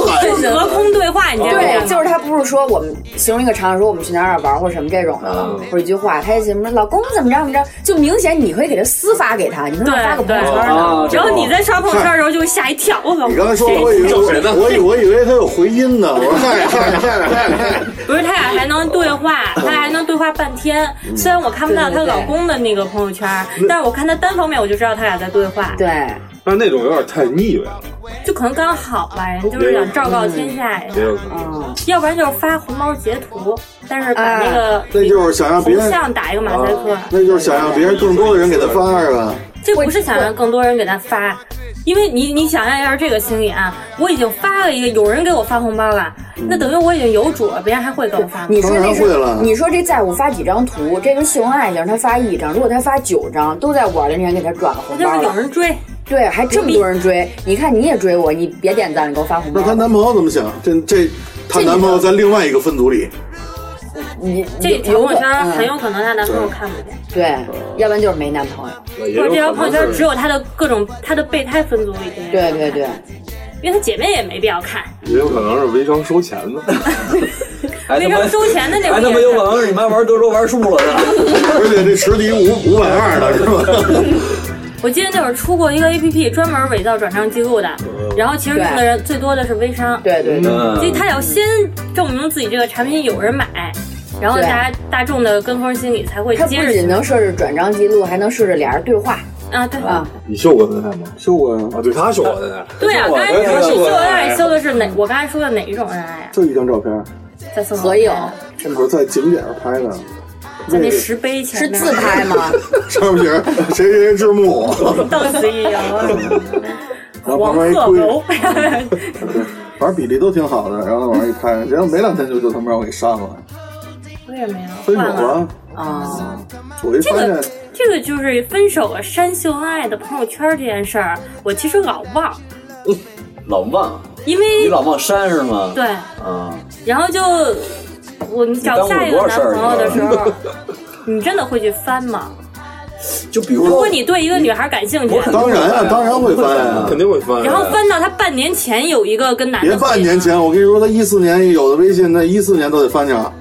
Speaker 6: 喊
Speaker 3: 对，隔空对话，你见没
Speaker 2: 对，
Speaker 3: 见
Speaker 2: 就是
Speaker 3: 过？
Speaker 2: 他不是说我们形容一个场景，说我们去哪儿哪儿玩或者什么这种的，
Speaker 6: 嗯
Speaker 2: 或者一句话，他也怎么着，老公怎么着怎么着，就明显你会给他私发给他，你能发个朋友圈呢？
Speaker 5: 啊，
Speaker 3: 然后你在刷朋友圈的时候就吓一跳，我靠！
Speaker 6: 你刚才说完，我以为我以我以为他有回 音呢。我说嗨嗨嗨嗨嗨，
Speaker 3: 不是他俩还能对话，他俩还能对话半天。虽然我看不到她老公的那个朋友圈，但是我看她单方面我就知道他俩在对话，
Speaker 2: 对，
Speaker 4: 但那种有点太腻歪了，
Speaker 3: 就可能刚好吧，人就是想昭告天下呀
Speaker 4: 也，有可能。
Speaker 2: 嗯，
Speaker 3: 要不然就是发红包截图，但是把那个
Speaker 6: 那就是想让别
Speaker 3: 头
Speaker 6: 人，
Speaker 3: 像打一个马赛克，
Speaker 6: 那就是想让别人更多的人给他发是吧？
Speaker 3: 这不是想让更多人给他发，因为你你想象一下这个心理啊，我已经发了一个，有人给我发红包了，
Speaker 5: 嗯
Speaker 3: 那等于我已经有主了，别人还会给我发吗？
Speaker 2: 你说
Speaker 6: 当
Speaker 2: 这
Speaker 6: 然会了
Speaker 2: 是，你说这在乎发几张图，这个秀恩爱让他发一张，如果他发九张，都在五二零年给他转了红
Speaker 3: 就
Speaker 2: 包
Speaker 3: 是有
Speaker 2: 了，
Speaker 3: 人追，
Speaker 2: 对，还这么多人追，你看你也追我，你别点赞，你给我发红
Speaker 6: 那她
Speaker 2: 包，
Speaker 6: 男朋友怎么想？这这，她男朋友在另外一个分组里，
Speaker 2: 你
Speaker 3: 这
Speaker 2: 你
Speaker 3: 条朋友圈很
Speaker 2: 嗯
Speaker 3: 有可能她男朋友看不见。
Speaker 2: 对，要不然就是没男朋友，
Speaker 5: 也
Speaker 3: 或者这
Speaker 5: 有
Speaker 3: 条
Speaker 5: 可
Speaker 3: 朋友
Speaker 5: 能
Speaker 3: 圈只
Speaker 5: 是
Speaker 3: 有她的各种她的备胎分组里的人
Speaker 2: 对对对，
Speaker 3: 因为她姐妹也没必要看，
Speaker 4: 也有可能是微商收钱 的，
Speaker 5: 还他
Speaker 3: 那
Speaker 5: 妈
Speaker 3: 张收钱的那
Speaker 5: 还
Speaker 3: 种
Speaker 5: 他
Speaker 3: 也
Speaker 5: 妈
Speaker 3: 是
Speaker 5: 有可能是你妈玩德州玩输 了呢。
Speaker 6: 而且这池底五五百二的是吧？
Speaker 3: 我记得那会儿出过一个 APP 专门伪造转账记录的，
Speaker 5: 哦
Speaker 3: 然后其实用的人最多的是微商，
Speaker 2: 对对对，
Speaker 3: 所以
Speaker 5: 嗯，
Speaker 3: 他要先证明自己这个产品有人买，
Speaker 5: 嗯
Speaker 3: 然后
Speaker 2: 对
Speaker 3: 大家大众的跟风心理才会
Speaker 2: 他不
Speaker 3: 接着
Speaker 2: 仅
Speaker 3: 去
Speaker 2: 能设置转账记录，还能设置俩人对话
Speaker 3: 啊，对
Speaker 2: 啊，
Speaker 4: 你秀过恩爱吗？
Speaker 6: 就我
Speaker 4: 啊，对他秀过恩爱，
Speaker 3: 对啊，
Speaker 5: 我
Speaker 3: 刚才
Speaker 5: 刚才
Speaker 3: 你
Speaker 5: 说
Speaker 3: 秀
Speaker 5: 过
Speaker 3: 恩爱搜的是哪？我刚才说的哪一种恩爱啊？
Speaker 6: 就一张照片，
Speaker 3: 在搜
Speaker 2: 合影是
Speaker 6: 我
Speaker 2: 吗？
Speaker 6: 在景点拍的，
Speaker 3: 在那石碑前
Speaker 2: 是
Speaker 3: 面
Speaker 2: 自 拍吗？
Speaker 6: 上面写着谁谁谁之墓，
Speaker 3: 邓紫 棋啊，
Speaker 6: 然后
Speaker 3: 黄
Speaker 6: 旁边一
Speaker 3: 鹤楼
Speaker 6: 龟，，反正比例都挺好的，然后往上一 拍，然后没两天就就他妈让我给删了，
Speaker 3: 为什么呀？
Speaker 6: 分手
Speaker 3: 换了。
Speaker 6: 了。
Speaker 2: 啊，
Speaker 6: 我一
Speaker 3: 这
Speaker 6: 发
Speaker 3: 个
Speaker 6: 现，
Speaker 3: 这个就是分手了删秀恩爱的朋友圈这件事儿，我其实老忘，
Speaker 5: 老忘，
Speaker 3: 因
Speaker 5: 你
Speaker 3: 为
Speaker 5: 老忘删是吗？
Speaker 3: 对，
Speaker 5: 啊，
Speaker 3: 然后就我你找下一个男朋友的时候，你真的会去翻吗？
Speaker 5: 就比如
Speaker 3: 如
Speaker 5: 说
Speaker 3: 果你对一个女孩感兴趣
Speaker 5: 我，肯定
Speaker 6: 当然啊
Speaker 5: 会
Speaker 6: 当然会翻
Speaker 5: 呃
Speaker 6: 啊
Speaker 4: 肯定会翻。
Speaker 3: 然后翻到她半年前有一个跟男的，
Speaker 6: 别半年，前，我跟你说，他一四年有的微信，那一四年都得翻墙。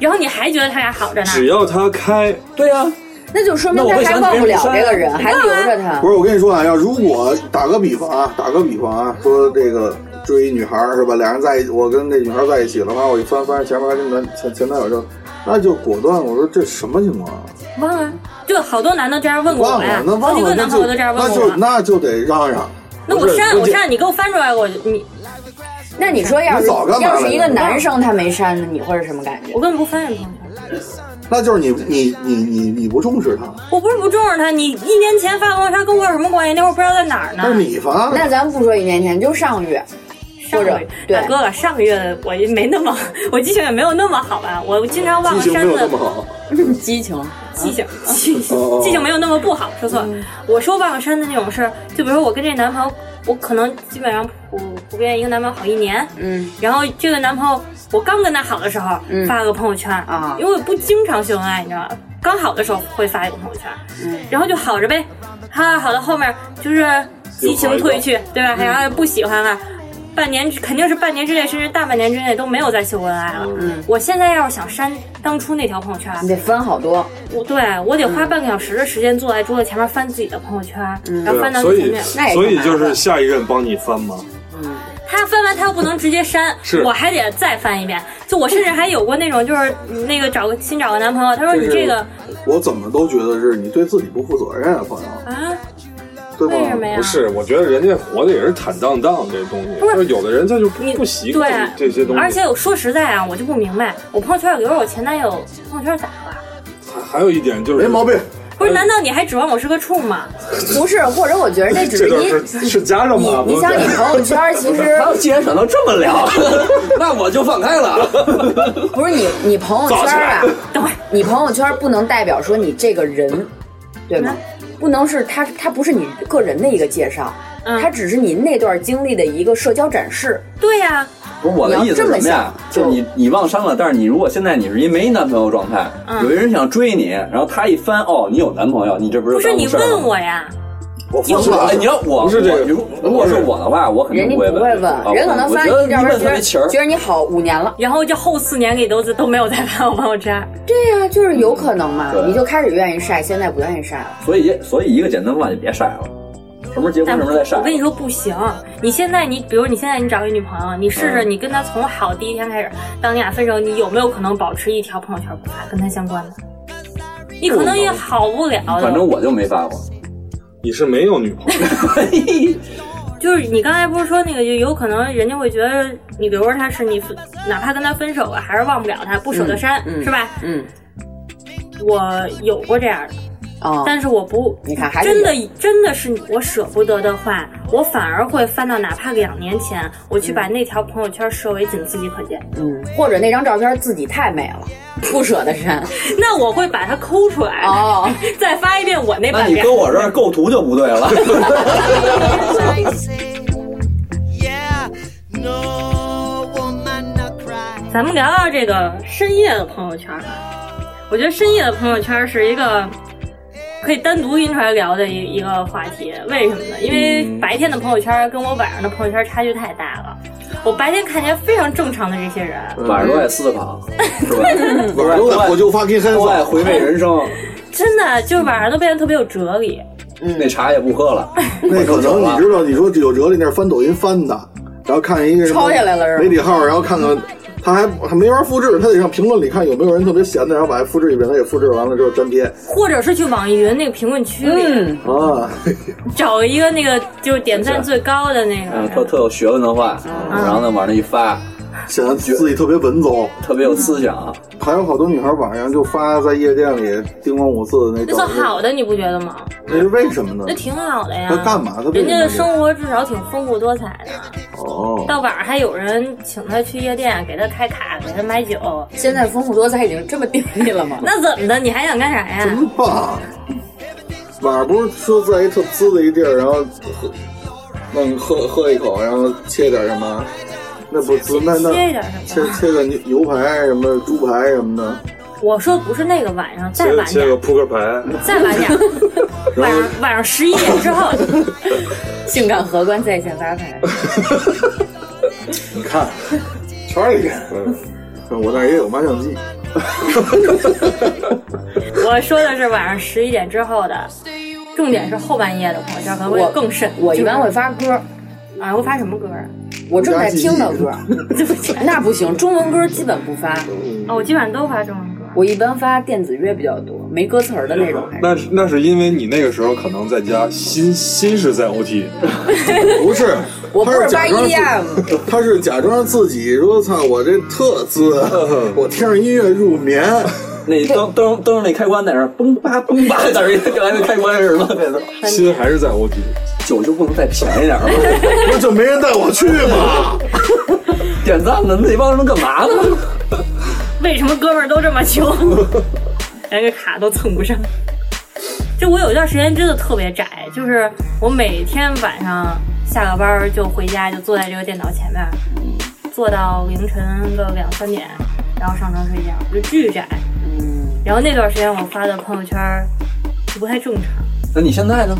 Speaker 3: 然后你还觉得他俩好着呢，
Speaker 4: 只要他开，
Speaker 5: 对呀，
Speaker 2: 那就说明他还忘不啊了这个人，还留着他
Speaker 6: 不。是，我跟你说啊，要如果打个比方啊，打个比方啊，说这个追一女孩儿是吧？俩人在一起，我跟这女孩儿在一起了，完我一翻翻前面还跟男前前男友就，那就果断，我说这什么情况啊？
Speaker 3: 忘了。就好多男的这样问过
Speaker 6: 忘
Speaker 3: 我呀
Speaker 6: 了，，那
Speaker 3: 好
Speaker 6: 忘
Speaker 3: 几
Speaker 6: 了，
Speaker 3: 个
Speaker 6: 那
Speaker 3: 男朋
Speaker 6: 就
Speaker 3: 友都这样
Speaker 6: 那
Speaker 3: 问
Speaker 6: 就
Speaker 3: 过我。
Speaker 6: 那就得嚷嚷。
Speaker 3: 那我删，
Speaker 4: 不
Speaker 3: 我
Speaker 4: 是
Speaker 3: 删，你给我翻出来，我就你
Speaker 2: 那你说要是
Speaker 6: 那早干嘛
Speaker 2: 要
Speaker 6: 了
Speaker 2: 是一个男生他没删呢，你会是什么感觉
Speaker 3: 我？根本不翻人朋友圈。
Speaker 6: 那就是你你你你你不重视他，
Speaker 3: 我不是不重视他，你一年前发朋友圈跟我有什么关系？那会儿不知道在哪儿
Speaker 6: 但是
Speaker 3: 呢。
Speaker 6: 你发
Speaker 2: 那咱不说一年前，就上个月，
Speaker 3: 上个
Speaker 2: 或
Speaker 3: 月
Speaker 2: 者对
Speaker 3: 大哥，上个月的我也没那么， 我记性也没有那么好吧？我经常忘
Speaker 6: 激
Speaker 3: 了
Speaker 6: 情没
Speaker 3: 删
Speaker 6: 有
Speaker 3: 的
Speaker 6: 那么好，
Speaker 2: 激情
Speaker 3: 记性，记
Speaker 6: 哦
Speaker 3: 性
Speaker 6: 哦
Speaker 3: 记性没有那么不好，说错
Speaker 2: 嗯
Speaker 3: 了。我说忘了删的那种事儿，就比如说我跟这男朋友，我可能基本上普普遍一个男朋友好一年，
Speaker 2: 嗯，
Speaker 3: 然后这个男朋友我刚跟他好的时候、
Speaker 2: 嗯
Speaker 3: 发了个朋友圈
Speaker 2: 啊
Speaker 3: 因为我不经常秀恩爱，你知道吧？刚好的时候会发一个朋友圈，
Speaker 2: 嗯
Speaker 3: 然后就好着呗，哈、好到后面就是激情褪去，对
Speaker 2: 嗯
Speaker 3: 吧？然后不喜欢了。半年肯定是半年之内，甚至大半年之内都没有再秀恩爱了。嗯，我现在要是想删当初那条朋友圈，
Speaker 2: 你得翻好多，
Speaker 3: 我对我得花半个小时的时间坐在桌子前面翻自己的朋友圈，然后翻到
Speaker 4: 啊所
Speaker 3: 最前
Speaker 4: 以
Speaker 3: 面。
Speaker 2: 那也
Speaker 4: 所以
Speaker 2: 挺麻
Speaker 4: 就
Speaker 2: 烦
Speaker 4: 是下一任帮你翻吗？
Speaker 3: 他翻完他又不能直接删
Speaker 4: 是，
Speaker 3: 我还得再翻一遍。就我甚至还有过那种就是嗯那个找个新找个男朋友，他说
Speaker 6: 就
Speaker 3: 你
Speaker 6: 是
Speaker 3: 这个
Speaker 6: 我怎么都觉得是你对自己不负责任啊，朋友，
Speaker 3: 啊，
Speaker 6: 对吧？
Speaker 3: 为什么呀
Speaker 4: 不？是，我觉得人家活的也是坦荡荡，这东西。
Speaker 3: 啊不是
Speaker 4: 就是有的人他就
Speaker 3: 你
Speaker 4: 不习
Speaker 3: 对啊
Speaker 4: 惯这些东西。
Speaker 3: 而且我说实在啊，我就不明白，我朋友圈有时候我前男友朋友圈咋了？
Speaker 4: 还还有一点就是
Speaker 6: 没毛病，
Speaker 3: 不是，
Speaker 4: 呃
Speaker 3: 难道你还指望我是个处吗？
Speaker 2: 不是，或者我觉得那只
Speaker 4: 这
Speaker 2: 是
Speaker 4: 段
Speaker 2: 你
Speaker 4: 是是加上
Speaker 2: 你
Speaker 4: 吗？
Speaker 2: 你
Speaker 4: 不
Speaker 2: 想
Speaker 4: 是
Speaker 2: 你朋友圈其 实
Speaker 5: 他既然想到这么聊，那我就放开了。
Speaker 2: 不是你你朋友圈啊，
Speaker 3: 等会儿
Speaker 2: 你朋友圈不能代表说你这个人，对吗？不能是他，他不是你个人的一个介绍，
Speaker 3: 嗯
Speaker 2: 他只是你那段经历的一个社交展示。
Speaker 3: 对呀、
Speaker 5: 不是我的意思是什
Speaker 2: 你
Speaker 5: 么
Speaker 2: 要这么
Speaker 5: 呀
Speaker 2: 想？
Speaker 5: 就是你你忘删了，但是你如果现在你是一没男朋友状态，有一人想追你，然后他一翻哦，你有男朋友，你这不是
Speaker 3: 不是
Speaker 5: 耽误
Speaker 3: 你
Speaker 5: 事儿了吗
Speaker 3: 问我呀，
Speaker 6: 我
Speaker 5: 又
Speaker 6: 不是吧
Speaker 5: 哎，你要我
Speaker 6: 不是这个
Speaker 5: 我如如果是我的话，我肯
Speaker 2: 人
Speaker 5: 定
Speaker 2: 家
Speaker 5: 会
Speaker 2: 不会问，
Speaker 5: 啊
Speaker 2: 人可
Speaker 5: 我
Speaker 2: 能
Speaker 5: 我
Speaker 2: 发
Speaker 5: 觉
Speaker 2: 现你
Speaker 5: 得你
Speaker 2: 照
Speaker 5: 问
Speaker 2: 片
Speaker 5: 他
Speaker 2: 觉
Speaker 5: 那
Speaker 2: 得
Speaker 5: 情儿，
Speaker 2: 觉得你好五年了，
Speaker 3: 然后就后四年给都都没有再发过朋友圈，
Speaker 2: 对呀、就是有可能嘛，
Speaker 5: 对
Speaker 2: 你就开始愿意晒，现在不愿意晒了。
Speaker 5: 所以所以一个简单办法就别晒了，什么时候结婚
Speaker 3: 但
Speaker 5: 什么时候再晒。
Speaker 3: 我跟你说不行，你现在你比如你现在你找一女朋友，你试试
Speaker 5: 嗯
Speaker 3: 你跟她从好第一天开始，当你俩分手，你有没有可能保持一条朋友圈不发跟她相关的？你可能也好不了的。
Speaker 5: 反正我就没发过，
Speaker 4: 你是没有女朋友，
Speaker 3: 就是你刚才不是说那个，就有可能人家会觉得你，比如说他是你分，哪怕跟他分手了，还是忘不了他，不舍得删，
Speaker 2: 嗯嗯
Speaker 3: 是吧？
Speaker 2: 嗯，
Speaker 3: 我有过这样的，
Speaker 2: 哦，
Speaker 3: 但是我不，
Speaker 2: 你看还是
Speaker 3: 真的真的是我舍不得的话，我反而会翻到哪怕两年前，我去把那条朋友圈设为仅自己可见，
Speaker 2: 嗯，或者那张照片自己太美了，不舍得删。
Speaker 3: 那我会把它抠出来，
Speaker 2: 哦，
Speaker 3: 再发一遍我那
Speaker 5: 那
Speaker 3: 版
Speaker 5: 你
Speaker 3: 面
Speaker 5: 跟。我这儿构图就不对 了。
Speaker 9: Yeah, no woman, no cry.
Speaker 3: 咱们聊聊这个深夜的朋友圈吧。我觉得深夜的朋友圈是一个可以单独拎出来聊的一一个话题。为什么呢？因为
Speaker 2: 嗯
Speaker 3: 白天的朋友圈跟我晚上的朋友圈差距太大了。我白天看起来非常正常的这些人，
Speaker 5: 晚上都在思考，是 吧？
Speaker 6: 晚上都在我就发
Speaker 5: 都
Speaker 6: 给
Speaker 5: 在
Speaker 6: 我，
Speaker 5: 回味人生，
Speaker 3: 真的就晚上都变得特别有哲理。
Speaker 5: 嗯那茶也不喝了，
Speaker 6: 那可能你知道，你说有哲理那是翻抖音翻的，然后看一个什么
Speaker 2: 抄下来了是吧
Speaker 6: 媒体号，然后看看。他还还没法复制，他得上评论里看有没有人特别闲的，然后把它复制一遍，他给复制完了之后粘贴
Speaker 3: 或者是去网易云那个评论区
Speaker 2: 嗯
Speaker 3: 里、
Speaker 6: 啊。
Speaker 3: 找一个那个就是点赞最高的那
Speaker 5: 嗯，
Speaker 3: 个
Speaker 5: 特
Speaker 3: 人，
Speaker 5: 特有学问的话，
Speaker 6: 嗯
Speaker 5: 然后呢往那一发，
Speaker 6: 显得自己特别文绉。
Speaker 5: 特别有思想。
Speaker 6: 还有好多女孩晚上就发在夜店里叮咣五四的那
Speaker 3: 那
Speaker 6: 照
Speaker 3: 算
Speaker 6: 片，
Speaker 3: 好的，你不觉得吗？
Speaker 6: 那是为什么呢
Speaker 3: 那？挺好的呀。
Speaker 6: 他嗯干嘛他为什
Speaker 3: 人家
Speaker 6: 么要
Speaker 3: 的生活至少挺丰富多彩的。
Speaker 6: 哦，
Speaker 3: 到晚上还有人请他去夜店，给他开卡，给他买酒，
Speaker 2: 现在丰富多彩已经这么定义了吗？
Speaker 3: 那怎么的？你还想干啥呀？
Speaker 6: 真棒！ 晚上不是说在一特滋的一地儿，然后喝弄喝喝一口，然后切点什么，那不滋那那
Speaker 3: 切一点什
Speaker 6: 切
Speaker 3: 么？
Speaker 6: 切个牛牛排什么猪排什么的，
Speaker 3: 我说不是那个晚上，再
Speaker 4: 接
Speaker 3: 晚
Speaker 4: 接个
Speaker 3: 点，
Speaker 4: 扑 克牌，
Speaker 3: 再晚点，晚上晚上十一点之后，
Speaker 2: 性感荷官在线发牌，
Speaker 6: 你看圈里
Speaker 4: 嗯，
Speaker 6: 我那儿也有麻将机，
Speaker 3: 我说的是晚上十一点之后的。重点是后半夜的朋友圈可能
Speaker 2: 我
Speaker 3: 会更甚。
Speaker 2: 我一般会
Speaker 3: 就是
Speaker 2: 发歌，
Speaker 3: 晚上会发什么歌啊？
Speaker 2: 我正在听的歌， 那不行，中文歌基本不发，
Speaker 3: 哦，我基本上都发中文歌。
Speaker 2: 我一般发电子乐比较多，没歌词儿的那种还是。
Speaker 10: 那是那是因为你那个时候可能在家心心是在 OT，
Speaker 6: 不是，
Speaker 2: 我不
Speaker 6: 他
Speaker 2: 是
Speaker 6: 是
Speaker 2: 发
Speaker 6: 假装自
Speaker 2: EDM，
Speaker 6: 他是假装自己说：“操，我这特 滋，我听着音乐入眠。
Speaker 5: 那灯灯灯那开关在那儿嘣吧嘣吧，在那儿原来那开关是什么？
Speaker 4: 心还是在 OT。
Speaker 5: 酒就不能再便宜点儿吗？”
Speaker 6: 不是就没人带我去吗？
Speaker 5: 点赞的那帮人干嘛呢？
Speaker 3: 为什么哥们儿都这么穷， 连个卡都蹭不上？就我有一段时间真的特别窄，就是我每天晚上下个班儿就回家，就坐在这个电脑前面，坐到凌晨个两三点，然后上床睡觉，就巨窄。
Speaker 2: 嗯
Speaker 3: 然后那段时间我发的朋友圈儿就不太正常。
Speaker 5: 那你现在呢？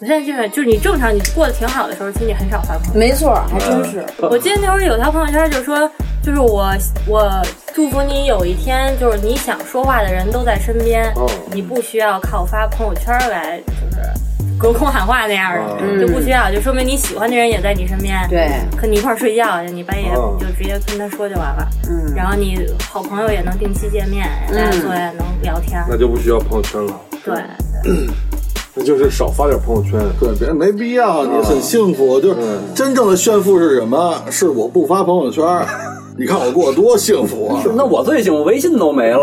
Speaker 3: 我现在就是就是你正常你过得挺好的时候，其实你很少发朋友圈。
Speaker 2: 没错，还真是。
Speaker 3: 我记得那会儿有条朋友圈就说，就是我我祝福你有一天，就是你想说话的人都在身边，
Speaker 2: 哦
Speaker 3: 你不需要靠发朋友圈来就是隔空喊话那样的，就不需要，就说明你喜欢的人也在你身边。。
Speaker 2: 哦对，哦
Speaker 3: 跟你一块儿睡觉，你半夜你就直接跟他说就完了。
Speaker 2: 嗯
Speaker 3: 然后你好朋友也能定期见面，大家坐下能聊天。
Speaker 4: 那就不需要朋友圈了，
Speaker 3: 对，
Speaker 4: 那就是少发点朋友 圈。
Speaker 6: 对，别没必要，你很幸福。就是真正的炫富是什么？是我不发朋友圈，你看我过得多幸福啊！
Speaker 5: 那我最近我微信都没了，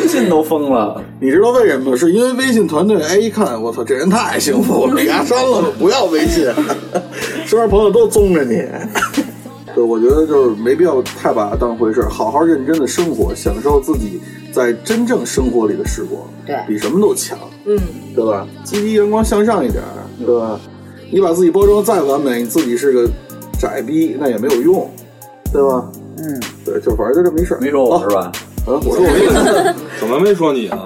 Speaker 5: 微信都封了。
Speaker 6: 你知道为什么吗？是因为微信团队，哎，一看我操，这人太 幸福了，给他删了吧，不要微信， 身边朋友都宗着你。对，我觉得就是没必要太把它当回事儿，好好认真的生活，享受自己在真正生活里的时光，
Speaker 2: 对
Speaker 6: 比什么都强，
Speaker 3: 嗯，
Speaker 6: 对吧？积极、阳光、向上一点儿，对吧？你把自己包装再完美，你自己是个窄逼，那也没有用，对吧？
Speaker 2: 嗯，
Speaker 6: 对，就反正就这么一事儿，
Speaker 5: 没说我
Speaker 6: 好
Speaker 5: 是吧？
Speaker 7: 嗯，我说我跟你
Speaker 4: 怎么没说你 啊？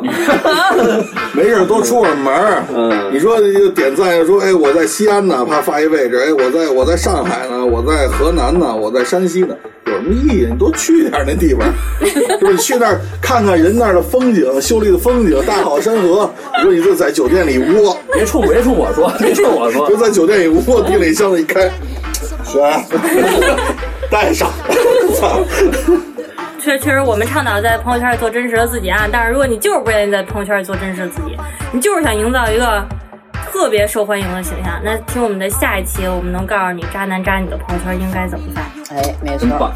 Speaker 7: 没事儿多出会儿门儿。
Speaker 6: 哦
Speaker 5: 嗯
Speaker 7: 你说就点赞，说哎我在西安呢，怕发一位置；哎我在我在上海呢，我在河南呢，我在山西呢，有什么意义？你多去点儿 那地方，就是你去那儿看看人那儿的风景，秀丽的风景，大好山河。你说你就在酒店里窝，
Speaker 5: 别冲别冲我说， 别冲我说
Speaker 7: 就，在酒店里窝，地里箱子一开，是吧？ 带上， 操！
Speaker 3: 确确实，我们倡导在朋友圈里做真实的自己啊。但是如果你就是不愿意在朋友圈里做真实的自己，你就是想营造一个特别受欢迎的形象，那听我们的下一期，我们能告诉你渣男渣女的朋友圈应该怎么发。
Speaker 8: 哎，没
Speaker 5: 真
Speaker 8: 错
Speaker 5: 棒。，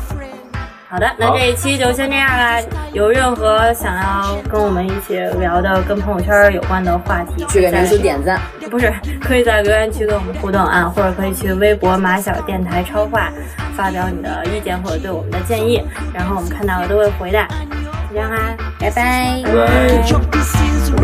Speaker 3: 好的，那
Speaker 5: 好
Speaker 3: 这一期就先这样啦。有任何想要跟我们一起聊的跟朋友圈有关的话题，
Speaker 8: 去给
Speaker 3: 在
Speaker 8: 明叔点赞，
Speaker 3: 不是，可以在留言区跟我们互动啊，或者可以去微博马小电台超话发表你的意见或者对我们的建议，然后我们看到了都会回答。就这样啦，
Speaker 8: 拜拜。
Speaker 5: 拜拜。